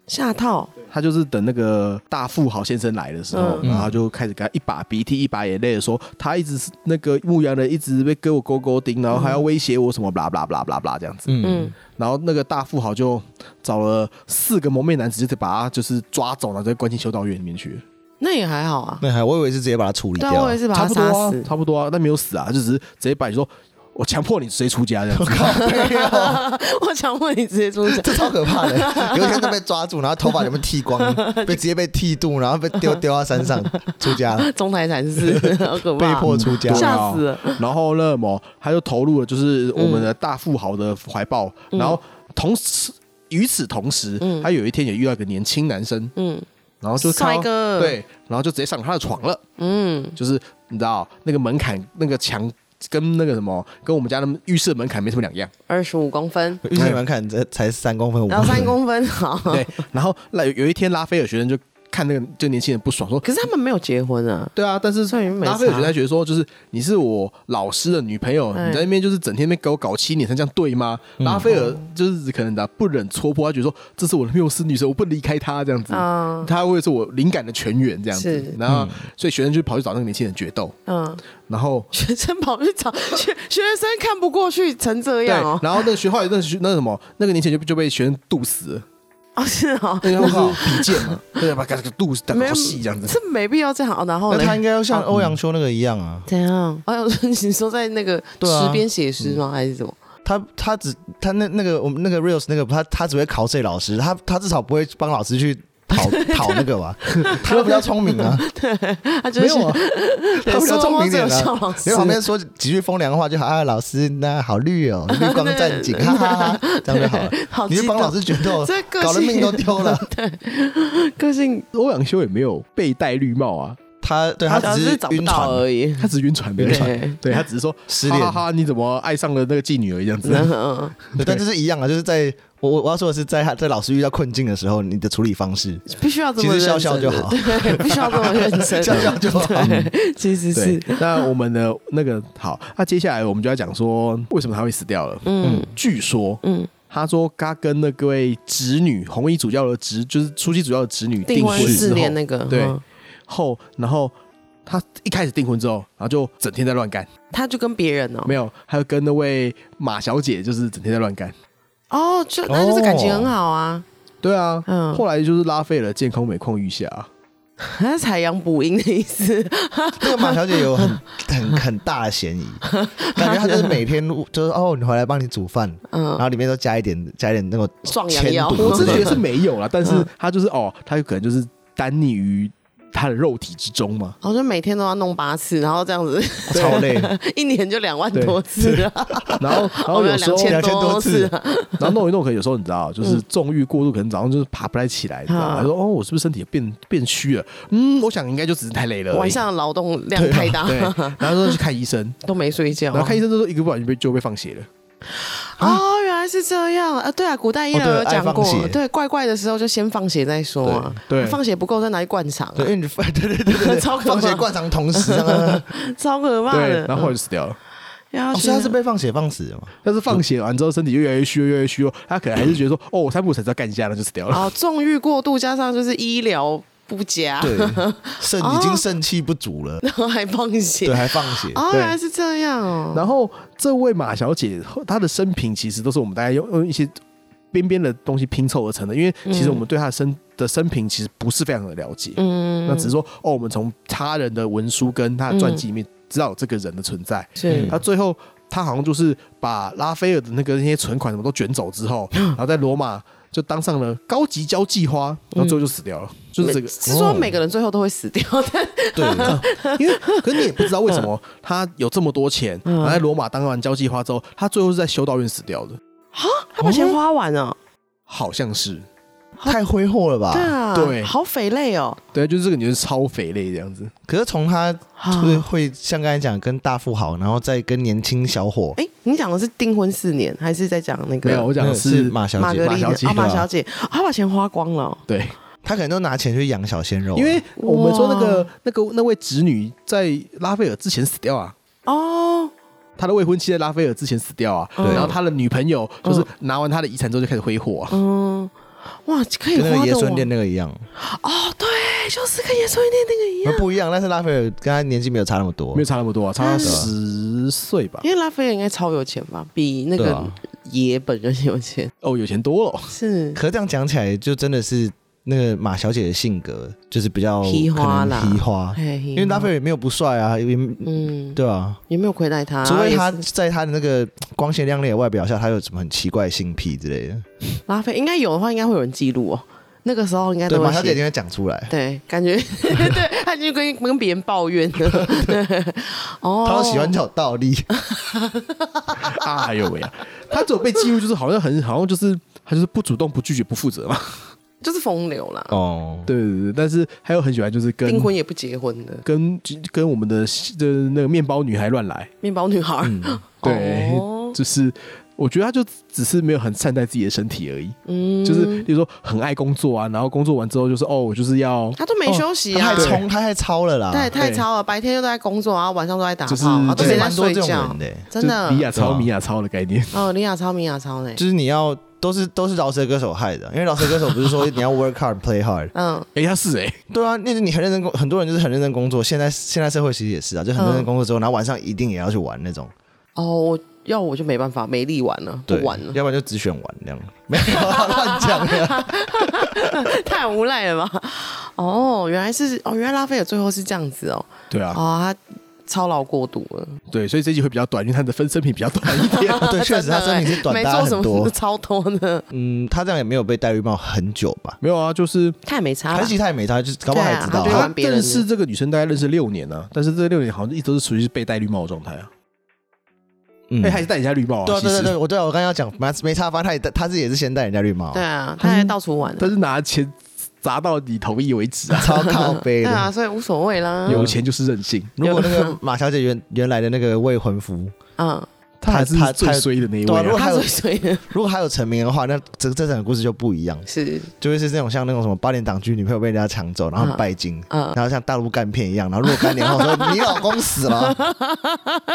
C: 下套，
B: 他就是等那个大富豪先生来的时候，
A: 嗯
B: 然后他就开始给他一把鼻涕一把眼泪的说，他一直是那个牧羊人一直被给我勾勾顶，然后还要威胁我什么，blah blah blah blah blah 这样子。
A: 嗯
C: 嗯，
B: 然后那个大富豪就找了四个蒙面男子，就是把他就是抓走，然后再关进修道院里面去。
C: 那也还好啊，
A: 那还我以为是直接把他处理
C: 对啊，
A: 掉
C: 我也，是把
B: 差
C: 他
B: 不多
C: 杀
B: 啊
C: 死，，
B: 差不多啊，但没有死啊，就只是直接把你说我强迫你直接出
C: (laughs)
B: 家这样
A: 我
B: 子。
A: 靠，没有
C: 我强迫你直接出去。
A: (laughs) 这超可怕的。有一天就被抓住，然后头发全部剃光，被直接被剃度，然后被丢丢到山上出家了，
C: 中台禅师，好可
A: 被
C: 怕！
A: 迫出家。
C: 吓死了
B: 然后那么他就投入了就是我们的大富豪的怀抱，
C: 嗯
B: 然后同时与此同时，他有一天也遇到一个年轻男生，
C: 嗯
B: 然后就看到
C: 帅哥
B: 对，然后就直接上他的床了，
C: 嗯，
B: 就是你知道那个门槛那个墙。跟那个什么，跟我们家的浴室的门槛没什么两样，
C: 二十五公分，
A: 玉你们看，这才三公分，五
C: 然后
A: 公
C: 三
A: 分。
C: 公分，好。
B: 对。然后那有有一天，拉斐尔学生就看那个这年轻人不爽，说
C: 可是他们没有结婚啊，
B: 对啊，但是
C: 所以没
B: 拉斐尔
C: 差
B: 学在学说，就是你是我老师的女朋友，
C: 哎
B: 你在那边就是整天在那边给我搞七年三，这样对吗？拉斐尔就是可能的不忍戳破，他觉得说这是我的缪斯女神，我不离开她这样子，
C: 啊，
B: 她会是我灵感的泉源这样子
C: 是。
B: 然后，所以学生就跑去找那个年轻人决斗，
C: 嗯，
B: 然后
C: 学生跑去找学学生看不过去成这
B: 对，
C: 样哦，
B: 然后那个学后来那个学那个什么，那个年轻人就就被学生毒死了，
C: 哦是哦，
A: 嗯
B: 那个就是比剑嘛，对，把他毒死，打
C: 没
B: 好
C: 有
B: 细这样子。
C: 这没必要这样。哦然后
A: 那
C: 呢？
A: 他应该要像欧阳修那个一样啊，
C: 怎样？哎呦，你说在那个
A: 对啊
C: 池边写诗吗？还是什么？
A: 他他只他那那个我们那个 reels 那个他他只会考这老师，他他至少不会帮老师去讨讨那个吧，他都比较聪明啊，
C: 他就
A: 没
C: 是
A: 有啊，
C: 对
A: 他比较
C: 说
A: 聪明一
C: 只
A: 点
C: 有笑
A: 啊
C: 老。
A: 你
C: 师
A: 在旁边说几句风凉话就好啊，老师那好绿哦，绿光战警，哈哈哈，这样就好了。
C: 好
A: 你
C: 激
A: 去帮
C: 动，
A: 老师决斗，
C: 这个
A: 搞得
C: 性
A: 命都丢了。
C: 个性，
B: 欧阳修也没有被戴绿帽啊，
A: 他对他只
C: 只
A: 是
C: 找不
A: 晕
C: 到
A: 船
C: 而已。
B: 他只是晕船的，
A: 晕船
C: 对，
B: 对他只是说
A: 失恋
B: 哈哈哈，你怎么爱上了那个妓女而已这样子。
C: (laughs) 嗯
A: 对但这是一样啊，就是在我我我要说的是，在他在老师遇到困境的时候，你的处理方式
C: 必须要这么
A: 其实笑笑
C: 认真
A: 就好
C: 对，必须要这么认真，
A: (laughs) 笑笑就好
C: 对，其实
B: 对
C: 是，，
B: 那我们的那个好，那接下来我们就要讲说为什么他会死掉了。
C: 嗯
B: 据说
C: 嗯，
B: 他说他跟那各位侄女，红衣主教的侄，就是初期主教的侄女
C: 订
B: 婚
C: 婚
B: 之后
C: 四年那个，
B: 对
C: 嗯
B: 后，然后他一开始订婚之后，然后就整天在乱干，
C: 他就跟别人哦，
B: 没有，还有跟那位马小姐，就是整天在乱干。
C: 哦，就那就是感情很好啊，
B: 对啊，
C: 嗯
B: 后来就是拉斐尔健康每况愈下，
A: 哦
B: 啊
C: 他是 (laughs) 采阳补阴的意思，
A: 这个马小姐有很很很大的嫌疑，感觉她就是每天就是哦，你回来帮你煮饭，然
C: 嗯，
A: 后里面都加一点加一点那个
C: 壮阳
A: 铅
C: 药，
A: 毒
B: 我
A: 之
B: 是
A: 类
B: 觉
A: 的
B: 得
C: (laughs)
B: 是没有啦，但是
C: 嗯
B: 他就是哦，他有可能就是单溺于他的肉体之中
C: (laughs)
B: 嘛。
C: 哦我就每天都要弄八次，然后这样子
A: 超累，
C: 一年就两万多次啊，
B: 然后，然后有时候
C: 两，千多次啊，
B: (laughs) 然后弄一弄，可能有时候你知道，就是纵欲过度，可能早上就是爬不太起来，你知道吗？
C: 啊
B: 说哦，我是不是身体变变虚了？嗯，我想应该就只是太累了而已。
C: (laughs) 晚上劳动量太大
B: (laughs) 对，
A: 啊
B: 然后就去看医
C: (laughs)
B: 生，
C: 都没睡觉
B: 然后看医生就说一个不小心被就被放血了。
C: 哦，原来是这样啊！对啊，古代医疗
A: 哦对
C: 有讲
A: 爱放血
C: 过，对，怪怪的时候就先放血再说啊，
B: 对对
C: 放血不够再拿去灌肠啊，
A: 对，哎因为你放对对对对对，
C: (laughs) 超可怕
A: 放血灌肠同时，这样
C: (laughs)
A: 啊
C: 超可怕
B: 对
C: 的，。
B: 然后后来就死掉了。
C: 然
A: 哦
C: 后
A: 所以他是
C: 被
A: 被放血放死的嘛？
B: 但是放血完之后，身体越来越虚弱，越来越虚弱，哦他可能还是觉得说，哦，我三步才知道干一下，然后就死掉了。
C: 哦，纵欲过度加上就是医疗不佳，
A: 对，肾已经肾气不足了，
C: 然后 (laughs) 还放血
A: 对，，还放血，
C: 哦，
B: 对
C: 原来是这样哦，
B: 然后这位马小姐，她的生平其实都是我们大家用用一些边边的东西拼凑而成的，因为其实我们对她的生的生平其实不是非常的了解。
C: 嗯，
B: 那只是说，哦，我们从他人的文书跟他的传记里
C: 嗯
B: 面知道有这个人的存在。
C: 是
A: 嗯
B: 他最后，他好像就是把拉斐尔的那个那些存款什么都卷走之
C: (gasps)
B: 后，然后在罗马就当上了高级交际花，然后最后就死掉了。就是这个，哦
C: 是
A: 哦
C: 说每个人最后都会死掉， (laughs) 但
A: 对，
B: 嗯因为可是你也不知道为什
C: 嗯
B: 么他有这么多钱，然后在罗马当完交际花之后，他最后是在修道院死掉的，
A: 哦
C: 他把钱花完哦了，
B: 好像是。
A: 太挥霍了吧？
C: 对啊，
B: 对
C: 好匪类哦，
B: 对，就是这个女人超肥类这样子，
A: 可是从他
C: 啊
A: 会会像刚才讲，跟大富豪，然后再跟年轻小伙，
C: 哎，你讲的是订婚四年，还是在讲那
B: 没有，
C: 个
B: 我讲
A: 那
B: 的
A: 个
B: 是
A: 马小
C: 玛
A: 姐
C: 格，丽
B: 马小姐
C: 啊，马
A: 对吧
C: 小姐，啊她把钱花光了哦。
B: 对，
A: 他可能都拿钱去养小
C: 哦
A: 鲜肉啊，
B: 因为我们说那个那个那位侄女在拉斐尔之前死掉啊，
A: 嗯
C: 哦，
B: 他的未婚妻在拉斐尔之前死掉啊，
C: 嗯
A: 对
B: 然后他的女朋友就是拿完他的遗产之后就开始挥霍啊，
C: 嗯，哇，可以
A: 跟那
C: 花
A: 个爷
C: 的
A: 孙
C: 完
A: 恋那个一样，
C: 哦，对，就是跟野兽恋那个一
A: 那
C: 样，
A: 不一样。但是拉斐尔跟他年纪没有差那么多
B: 没有，差那么多啊，差
C: 嗯
B: 十岁吧，
C: 因为拉斐尔应该超有钱吧，比那
A: 对
C: 个
A: 啊
C: 爷本人有钱，
B: 哦，有钱多了， (laughs)
C: 是
A: 可是这样讲起来，就真的是那个马小姐的性格就是比较
C: 皮花
A: 可
C: 啦
A: 能皮花，
C: 因
A: (laughs) 因为拉斐尔也没有不帅啊，也
C: 嗯，
A: 对啊，
C: 也没有亏待他，
A: 除非他
C: 也是
A: 在他的那个光鲜亮丽的外表下，他有什么很奇怪的性癖之类的。
C: 拉菲应该有的话，应该会有人记录哦。那个时候应该
A: 对，
C: 都
A: 马
C: 会
A: 小姐
C: 写
A: 一定会讲出来，
C: 对，感觉 (laughs) 对，他就跟跟别人抱怨的，对，哦，
A: 她都喜欢，叫倒立，
B: 哎呦喂啊！他只有被记录，就是好像很好像就是他就是不主动、不拒绝、不负责嘛。
C: (laughs) 就是风流啦，
A: 哦，
B: 对对对，但是他又很喜欢就是跟
C: 订婚也不结婚的
B: 跟跟我们的的那个面包女孩乱来。
C: 面包女孩儿，
A: 嗯
B: 对，
C: 哦
B: 就是我觉得他就只是没有很善待自己的身体而已，
C: 嗯，
B: 就是比如说很爱工作啊，然后工作完之后就是哦，我就是要
C: 他都没休息
A: 哦她
C: 啊，
A: 太冲，她太超了啦，
C: 对，太
B: 对
C: 超了，白天又都在工作，然后晚上都在打
B: 就是
C: 炮，然后都
A: 其
C: 没
A: 实
C: 在
A: 蛮多
C: 睡
A: 这种
C: 觉
A: 人，的欸、
C: 真的
B: 就李，亚
A: 对
B: 超、
A: 啊
B: 米亚超的概念。 (laughs)
C: 哦，李亚超、米亚超嘞，
A: 就是你要都是都是饶舌歌手害的，因为饶舌歌手不是说你要 work hard play
C: (laughs)
A: hard，
C: 嗯，
B: 哎、他是哎、
A: 对啊，那你很认真工，很多人就是很认真工作，现在现在社会其实也是啊，就很认
C: 嗯
A: 真工作之后，然后晚上一定也要去玩那种，
C: 哦，我要我就没办法，没力玩了，不
A: 对，
C: 玩了， (laughs)
A: 要不然就只选玩这样，没有啊乱讲啊的，
C: 太无赖了吧？哦，原来是哦，原来拉菲尔最后是这样子哦，
B: 对啊，
C: 哦，他操劳过度了，
B: 对，所以这集会比较短，因为他的分生品比较短
C: (laughs)
B: 一点。
A: (laughs) 对，确实他
C: (laughs) 真的
A: 身体是短
C: 没
A: 大
C: 做
A: 很
C: 什么
A: 多，
C: (laughs) 超多的，
A: 嗯，他这样也没有被戴绿帽很久吧，
B: 没有啊，就是
C: 他也没差
A: 还
C: 啦
A: 是，其实他也没他，就是搞不好
C: 对
A: 还
C: 啊
A: 知道
C: 他就
A: 啊，
B: 他
C: 玩别人
B: 认识这个女生大概认识六年啊，但是这六年好像一直都是处于被戴绿帽的状态啊。
A: 嗯
B: 哎、还是戴人家绿帽啊，
A: 对啊，对
B: 其
A: 对
B: 实
A: 对，我对啊我刚刚要讲，没没差，反正他也戴他自己也是先戴人家绿帽
C: 对，啊，他还到处玩
B: 但
C: 呢，
B: 是拿钱砸到你同意为止啊。
A: 超靠背
C: 对
A: 的。
C: 啊，所以无所谓啦，
B: 有钱就是任性，
A: 如果那个马小姐原原来的那个未婚夫，
C: 嗯，
B: 他还是
A: 他
B: 最
A: 他
B: 衰的那一
A: 对
B: 位
A: 啊如
B: (laughs) 啊、
A: 果
C: 他
A: 还有
C: 所以所以
A: 如果还有成名的话，那这这整个故事就不一样，
C: 是
A: 就会是那种像那种什么八点档剧，女朋友被人家抢走，然后很拜金，
C: 嗯
A: 然后像大陆干片一样，然后若干年后
C: (laughs)
A: 说你老公死了，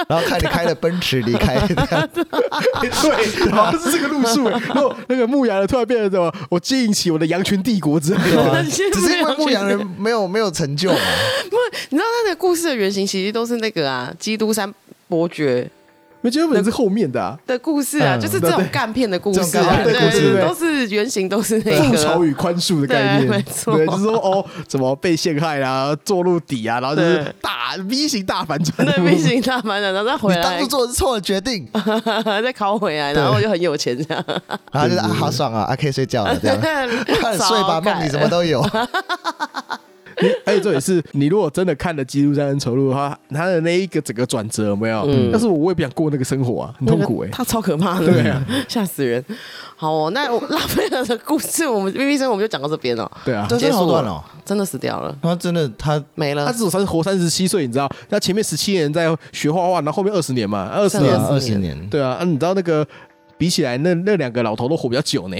A: 然后看你开的奔驰离开，这
C: (laughs)
A: 样
B: 对，啊好像是这个路 (laughs) 数欸。然后那个牧羊人突然变成什么？我经营起我的羊群帝国之类
A: 对
B: 的。
A: 吧？
C: 现在
A: 只是因为
C: 牧
A: 牧
C: 羊
A: 羊
C: 人
A: 人没有没有成
C: (laughs)
A: 就嘛，
C: 你知道他的故事的原型其实都是那个啊，基督山伯爵
B: 我觉得本是后面的、啊，
C: 的故事啊，
A: 嗯
C: 就是这种
B: 对
C: 干片的故事
A: 这种
C: 啊，
A: 干
B: 片的故事
C: 对，
B: 对
C: 都是原型都是那个
B: 复仇与宽恕的概念，
C: 对没错
B: 对，就是说哦，怎么被陷害啦，坐入底啊，然后就是
C: 对
B: 大 V 型大反转，
C: 那变形大反转，然后再回
A: 你当
C: 来
A: 初，做的是错的决定，
C: (laughs) 再拷回来，然后就很有钱这样。
A: 然后就是啊好爽啊，啊可以睡觉了
C: (laughs)
A: 这样，快点睡吧，
C: 超感
A: 梦里什么都
C: (laughs)
A: 有，
B: 你而且这也是你如果真的看了《基督山恩仇录》的话，他的那一个整个转折有没有？
C: 嗯
B: 但是我也不想过那个生活啊，很痛
A: 欸
B: 苦哎、
C: 他超可怕的，
B: 对啊，
C: 吓死人。好哦，那我拉菲尔的故事，我们 (laughs) B B 生我们就讲到这边了，
B: 对啊，
A: 对
C: 结
A: 真的好
C: 束
A: 乱哦，
C: 真的死掉了，
A: 他真的他
C: 没
B: 他
C: 了
B: 至，少三活三十七岁，你知道？他前面十七年在学画画，然后后面二十年嘛，二十
C: 对
B: 年
C: 啊
A: 二十年，
B: 对啊，啊，你知道那个比起来，那那两个老头都活比较久呢，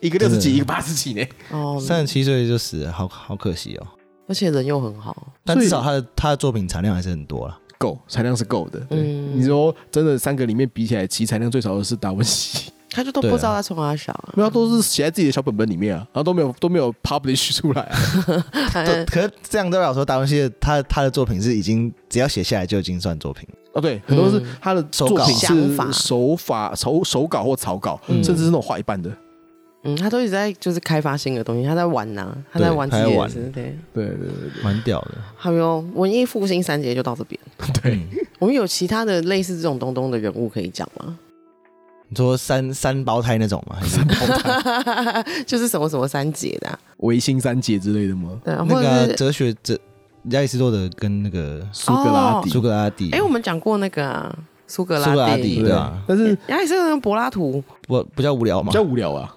B: 一个六十几，一个八十几呢。
C: 哦，
A: 三十七岁就死了，好好可惜哦。
C: 而且人又很好，
A: 但
B: 所以
A: 至少他的他的作品产量还是很多了。
B: 够产量是够的，对
C: 嗯
B: 你说真的，三个里面比起来，其实产量最少的是达文西，
C: 他就都不
A: 对啊
C: 知道他从哪想
A: (laughs)
C: 啊，
B: 没有，都是写在自己的小本本里面啊，然后都没有都没有 publish 出来啊。
A: 对，
C: 哎
A: 可是这样代表说，达文西的他他的作品是已经只要写下来就已经算作品。
B: 哦，对，很多是
C: 嗯
B: 他的
A: 手
B: 作
A: 稿
B: 品
C: 想法
B: 是手法手手稿或草稿，
C: 嗯
B: 甚至是那种画一半的。
C: 嗯，他都一直在就是开发新的东西，他在玩呐、他在
A: 对
C: 玩
A: 他
C: 自
A: 在
C: 己的
A: 玩
C: 事，对。
B: 对对对
A: 蛮屌的。 (laughs)
C: 还有文艺复兴三杰就到这边，
B: 对
A: 嗯
C: 我们有其他的类似这种东东的人物可以讲吗？ (laughs)
A: 你说三三胞胎那种嘛，
C: (laughs) 就是什么什么三杰的、啊，
B: 维新三杰之类的吗？
C: 对啊，
A: 那
C: 或
A: 个啊
C: 者是
A: 哲学哲亚里士多德跟那个
B: 苏格拉底，
A: 苏格拉底，
C: 哎、我们讲过那个啊苏、格
A: 苏格
C: 拉
A: 拉
C: 底哎
A: 底，
B: 对
A: 对
B: 啊
A: 啊，
B: 但是
C: 亚里士多德跟柏拉图，
A: 不不叫无聊
B: 比
A: 嘛
B: 较？无聊啊。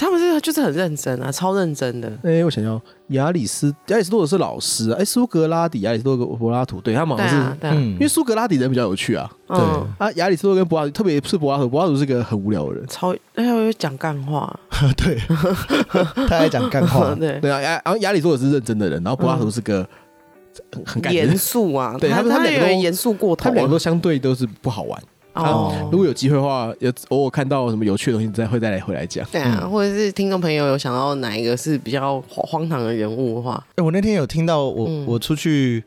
C: 他们是就是很认真啊，超认真的。
B: 哎、我想要亚里斯，亚里士多德是老师啊，哎、苏格拉底、亚里士多德、柏拉图，对他们好
C: 对
B: 哦像是，
C: 啊，对啊，
A: 嗯，
B: 因为苏格拉底人比较有趣啊，
C: 嗯，
B: 啊，亚里士多德跟柏拉图，特别是柏拉图，柏拉图是个很无聊的人，
C: 超哎呦，有讲干话，，
A: 对，他还讲干话
C: (laughs) 对，
B: 对啊，亚，然后亚里士多德是认真的人，然后柏拉图是个很很感
C: 嗯严
B: 人，
C: 肃啊，
B: 对他
C: 他
B: 们他们
C: 他
B: 两
C: 有
B: 个都
C: 点严肃过
B: 他
C: 头啊
B: 们两个都相对都是不好玩。啊
C: 哦
B: 如。果有机会的话，有偶尔看到什么有趣的东西，再会再来回来讲。
C: 对啊，或者是听众朋友有想到哪一个是比较荒荒唐的人物的话，
A: 哎，我那天有听到我
C: 嗯
A: 我出去。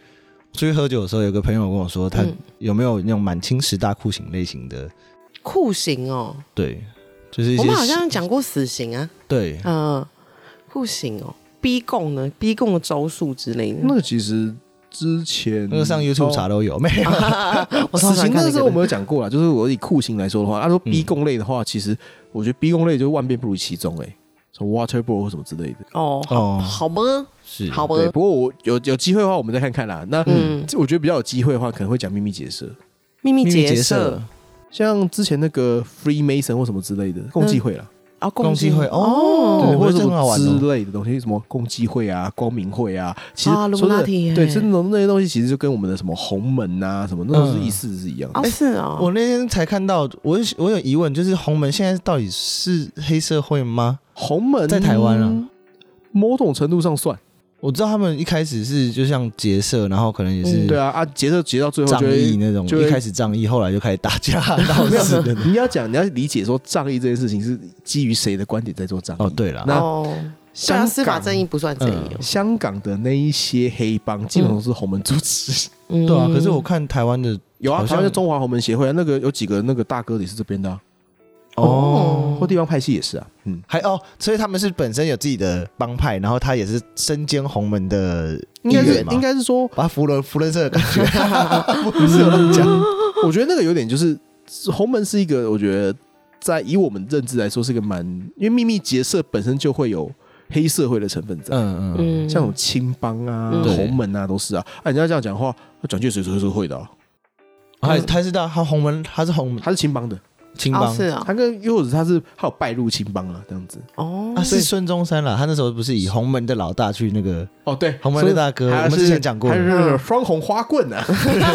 A: 出去喝酒的时候，有个朋友跟我说，他
C: 嗯
A: 有没有那种满清十大酷刑类型的？
C: 酷刑哦，
A: 对，就是一
C: 我
A: 些
C: 们好像讲过死刑啊，
A: 对，
C: 嗯、酷刑哦，逼供呢？逼供的周数之类的。
B: 那个其实之前
A: 那个上 YouTube 查
C: 哦
A: 都有，没有？
C: (laughs) 我超
B: 死
C: 喜欢
B: 刑
C: 看
B: 那
C: 那
B: 时
C: 个
B: 候我
C: 的。嗯
B: 们有讲过了，就是我以酷刑来说的话，他、说逼供类的话，其实我觉得逼供类就万变不如其宗哎、欸，什么 water ball 或什么之类的。
C: 哦，好
A: 哦，
C: 好吧，
A: 是
C: 好吧，
B: 对，不过我有有机会的话，我们再看看啦。那、
C: 嗯，
B: 我觉得比较有机会的话，可能会讲秘密结社，
C: 秘密
A: 秘密
C: 结
A: 结
C: 社
A: 社，
B: 像之前那个 Freemason 或什么之类的共济会啦，
C: 啊，
A: 共济
C: 济
A: 会
B: 对，
A: 哦
B: 或
A: 我
B: 者
A: 觉得
B: 什
A: 这很好
B: 么
A: 玩哦
B: 之类的东西，什么共济会啊、光明会啊，其实
C: 啊
B: 说真的
C: Illuminati 耶
B: 对，真的那些东西其实就跟我们的什么红门啊、什么那种是意思是一样的。
C: 啊，是啊，
A: 我那天才看到，我有我有疑问，就是红门现在到底是黑社会吗？
B: 红门
A: 在台湾啊，
B: 某种程度上算，
A: 我知道他们一开始是就像结社，然后可能也是
C: 嗯
B: 对啊啊，结社结到最后
A: 仗
B: 就
A: 义
B: 会。 (laughs)
A: 那种，
B: 就会
A: 一开始仗义，后来就开始打架
B: (laughs)
A: 闹事的那种。
B: 你要讲，你要理解说仗义这件事情是基于谁的观点在做仗义。
A: 哦，，对了，
B: 那
C: 哦，对
B: 香
C: 啊，
B: 港
C: 司法正义不算正义哦，
B: 香港的那一些黑帮基本上都是红门主持。
C: 嗯
A: 对啊，可是我看台湾的
B: 有啊，
A: 好
B: 台
A: 像
B: 湾的中华红门协会啊，那个有几个那个大哥也是这边的、啊，
A: 哦，
B: 或地方派系也是啊。嗯，
A: 还哦，所以他们是本身有自己的帮派，然后他也是身兼洪门的
B: 应
A: 议
B: 该是
A: 员嘛，
B: 应该嗯是 (laughs) 说，
A: 把福伦福伦
B: (laughs)
A: 社的感觉，不是乱讲，
B: 我觉得那个有点就是红门是一个，我觉得在以我们认知来说是个蛮，因为秘密结社本身就会有黑社会的成分在。
A: 嗯嗯，
C: 嗯，
B: 像有青帮啊、
C: 嗯
B: 红门啊，都是啊。啊，人家这样讲话，那蒋介石是会的、啊，
A: 他他是的，他洪门他是洪
B: 他是青帮的，
A: 青
C: 哦
A: 帮
C: 是啊，
B: 他跟又或者他是他有拜入青帮啊，这样子。
C: 哦
A: 啊，是孙中山啦，他那时候不是以洪门的老大去那个，
B: 哦，对，
A: 洪门的大哥
B: 所以
A: 我们
B: 他
A: 之
B: 是
A: 前讲过
B: 他是双红花棍啊。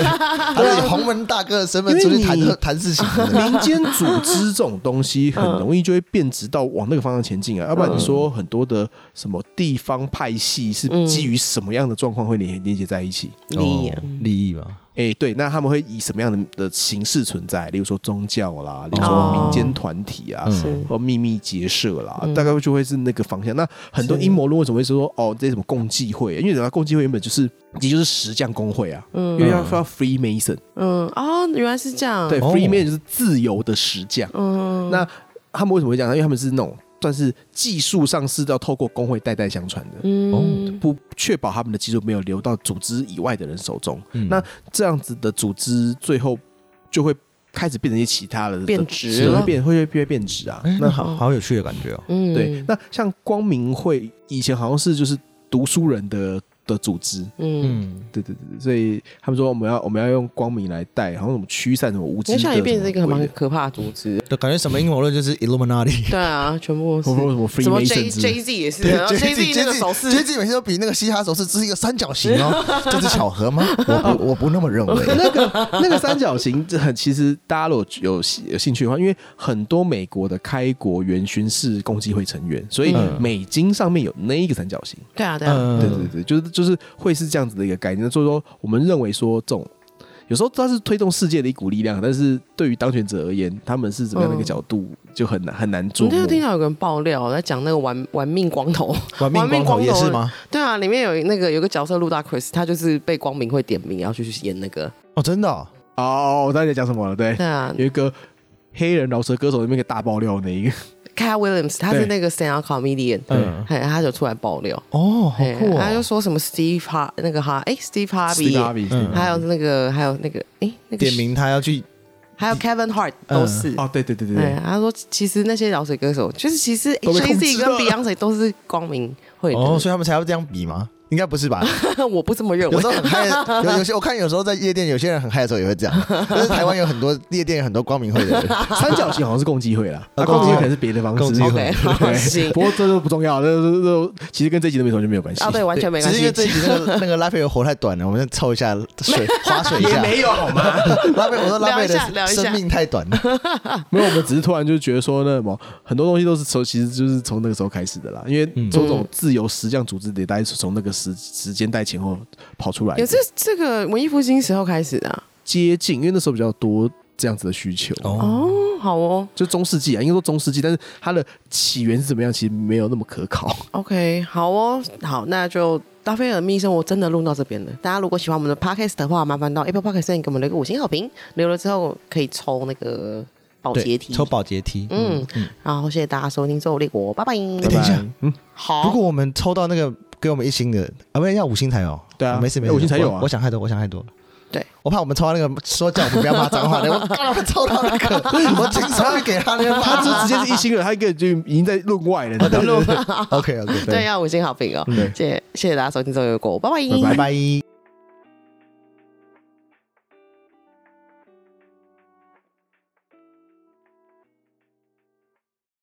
A: 他是以洪门大哥的身份
B: (laughs) 因为
A: 出去谈
B: 你
A: 谈事情
B: (laughs)
A: 的，
B: 民间组织这种东西很
C: 嗯
B: 容易就会变质到往那个方向前进啊，要不然你说很多的什么地方派系是基于什么样的状况会连连接在一起？
C: 利益
A: 哦
C: 啊，
A: 利益嘛，
B: 哎、对，那他们会以什么样的的形式存在？例如说宗教啦，例如说
C: 哦
B: 民间团体啊，
A: 嗯
C: 是
B: 或秘密结社啦，
C: 嗯
B: 大概就会是那个方向。那很多
C: 是
B: 阴谋论为什么会说哦，这些什么共济会？因为人家共济会原本就是，也就是石匠工会啊，因为
C: 嗯
B: 要要 Freemason，
C: 嗯哦，原来是这样，
B: 对
A: 哦
B: ，Freemason 就是自由的石匠。
C: 嗯，
B: 那他们为什么会这样？因为他们是那种算是技术上是要透过工会代代相传的，
C: 嗯
B: 不确保他们的技术没有流到组织以外的人手中。
A: 嗯
B: 那这样子的组织最后就会开始变成一些其他的
C: 变
B: 质
C: 质
B: 会
C: 了，
B: 变会会变变质啊。
A: 哎，
B: 那
A: 那好好有趣的感觉哦，
C: 嗯
B: 对，那像光明会以前好像是就是读书人的的组织，
C: 嗯，
A: 嗯，
B: 对对对，对所以他们说我们要我们要用光明来带，好像什么驱散什么无知
C: 那
B: 的什
C: 现
B: 么
C: 在
B: 鬼
C: 也
B: 的，
C: 变成一个很蛮可怕的组织，
A: 就感觉什么阴谋论就是 Illuminati。
C: 对啊，全部
B: 或
C: 都
B: 者说
C: 是。
B: 什么
C: 什么
B: Freemason
C: J
B: 之类的
C: J Z 也是然后，J Z 那个手势，
A: 杰每次都比那个嘻哈手势只是一个三角形
C: (laughs)
A: 哦，这是巧合吗？我不我不那么认为。
B: 那个 (laughs) 那个三角形，这很其实大家如果有有兴趣的话，因为很多美国的开国元勋是共济会成员，所以
A: 嗯
B: 美金上面有那一个三角形。
C: 对啊对啊，
A: 嗯，
B: 对对对，就是就是会是这样子的一个概念。所以说，我们认为说这种有时候它是推动世界的一股力量，但是对于当权者而言，他们是怎么样的一个角度，就很难很难
C: 我
B: 捉
C: 那
B: 摸
C: 天有。听到有个人爆料在讲那个玩玩命光头， (laughs)
A: 玩命光头也是吗？
C: 对啊，里面有那个有个角色路大 Chris，他就是被光明会点名，然后就去演那个，
A: 哦，真的哦，
B: 哦，我知道你在讲什么了。对，
C: 对啊
B: 有一个黑人饶舌歌手里面一个大爆料那
C: (laughs)
B: 一个，
C: k a t Williams，他是
B: 对
C: 那个 stand up comedian，
A: 嗯
C: 嘿他就出来爆料，
A: 哦，好
C: 嘿
A: 酷
C: 他就
A: 哦，
C: 说什么 Steve Har 那个哈，哎 Steve
B: Steve
C: Harvey，
B: Harvey，
A: 嗯
B: Steve
C: 还有那个还有那个哎那个
A: 点名他要去，哦
C: 还有 Kevin Hart
A: 嗯
C: 都是。
B: 哦，对对对对对
C: 哎，，他说其实那些饶舌歌手，就是其实
B: 都被
C: Jay
B: 控
C: Z
B: 制
C: 跟
B: 了
C: Beyonce 都是光明会的，
A: 哦，所以他们才要这样比吗？应该不是吧？
C: (laughs) 我不这么认
A: 有
C: 为
A: 时。候很嗨的，有有些我看有时候在夜店，有些人很嗨的时候也会
C: (laughs)
A: 这样。但是台湾有很多夜店有很多光明会的人，
B: 三角形好像是共济会啦，
A: 啊
B: 啊，共济会可能是别的方
A: 共
B: 式
A: 济。
C: (laughs) OK，好行
B: 对，不过这都不重要，这这这这其实跟这集的没什么就没有关系
C: 啊，对，完全没
A: (laughs)
C: 关
A: 只是因
C: 系
A: 为。这一集那个那个拉菲尔活太短了，我们再凑一下水，划水一
C: (laughs)
B: 也
A: 下。
B: 没有好吗？
A: 拉菲，我说拉菲
C: 聊
A: 的
C: 一下
A: 生命太短了。
B: 没有，我们只是突然就觉得说那什么，很多东西都是从其实就是从那个时候开始的啦，因为
A: 嗯
B: 这种自由石匠组织得大概是从那个时时间带前后跑出来的
C: 有，这这个文艺复兴时候开始的啊
B: 接近，因为那时候比较多这样子的需求。
A: 哦，
C: 哦，好哦
B: 就中世纪啊，应该说中世纪，但是它的起源是怎么样，其实没有那么可考。
C: ，OK，好哦，好，那就拉菲尔密生活真的录到这边了。大家如果喜欢我们的 Podcast 的话，麻烦到 Apple Podcast 上给我们留个五星好评，留了之后可以抽那个。保洁梯。
A: 抽保洁梯。嗯，
C: 嗯，然后谢谢大家收听《周游列国》，拜拜。
A: 哎 (laughs) 等一下，
C: 好，
A: 如果我们抽到那个给我们一星的，啊，不要五星才有。
B: 对啊
A: 没事没事，
B: 哎五星才有啊
A: 我我想太多，我想太多。
C: 对，
A: 我怕我们抽到那个说叫我们不要骂脏话的，我刚刚抽到那个， (laughs) 我经常会给他那个
B: (laughs) 他
A: 骂
B: (laughs) 这直
A: 字。
B: 接是一星了，他一个就已经在论外了，你知道吗
A: OK OK，
B: 啊
C: 对，要五星好评哦。谢谢谢谢大家收听《周游列国》，拜拜。
A: 拜拜。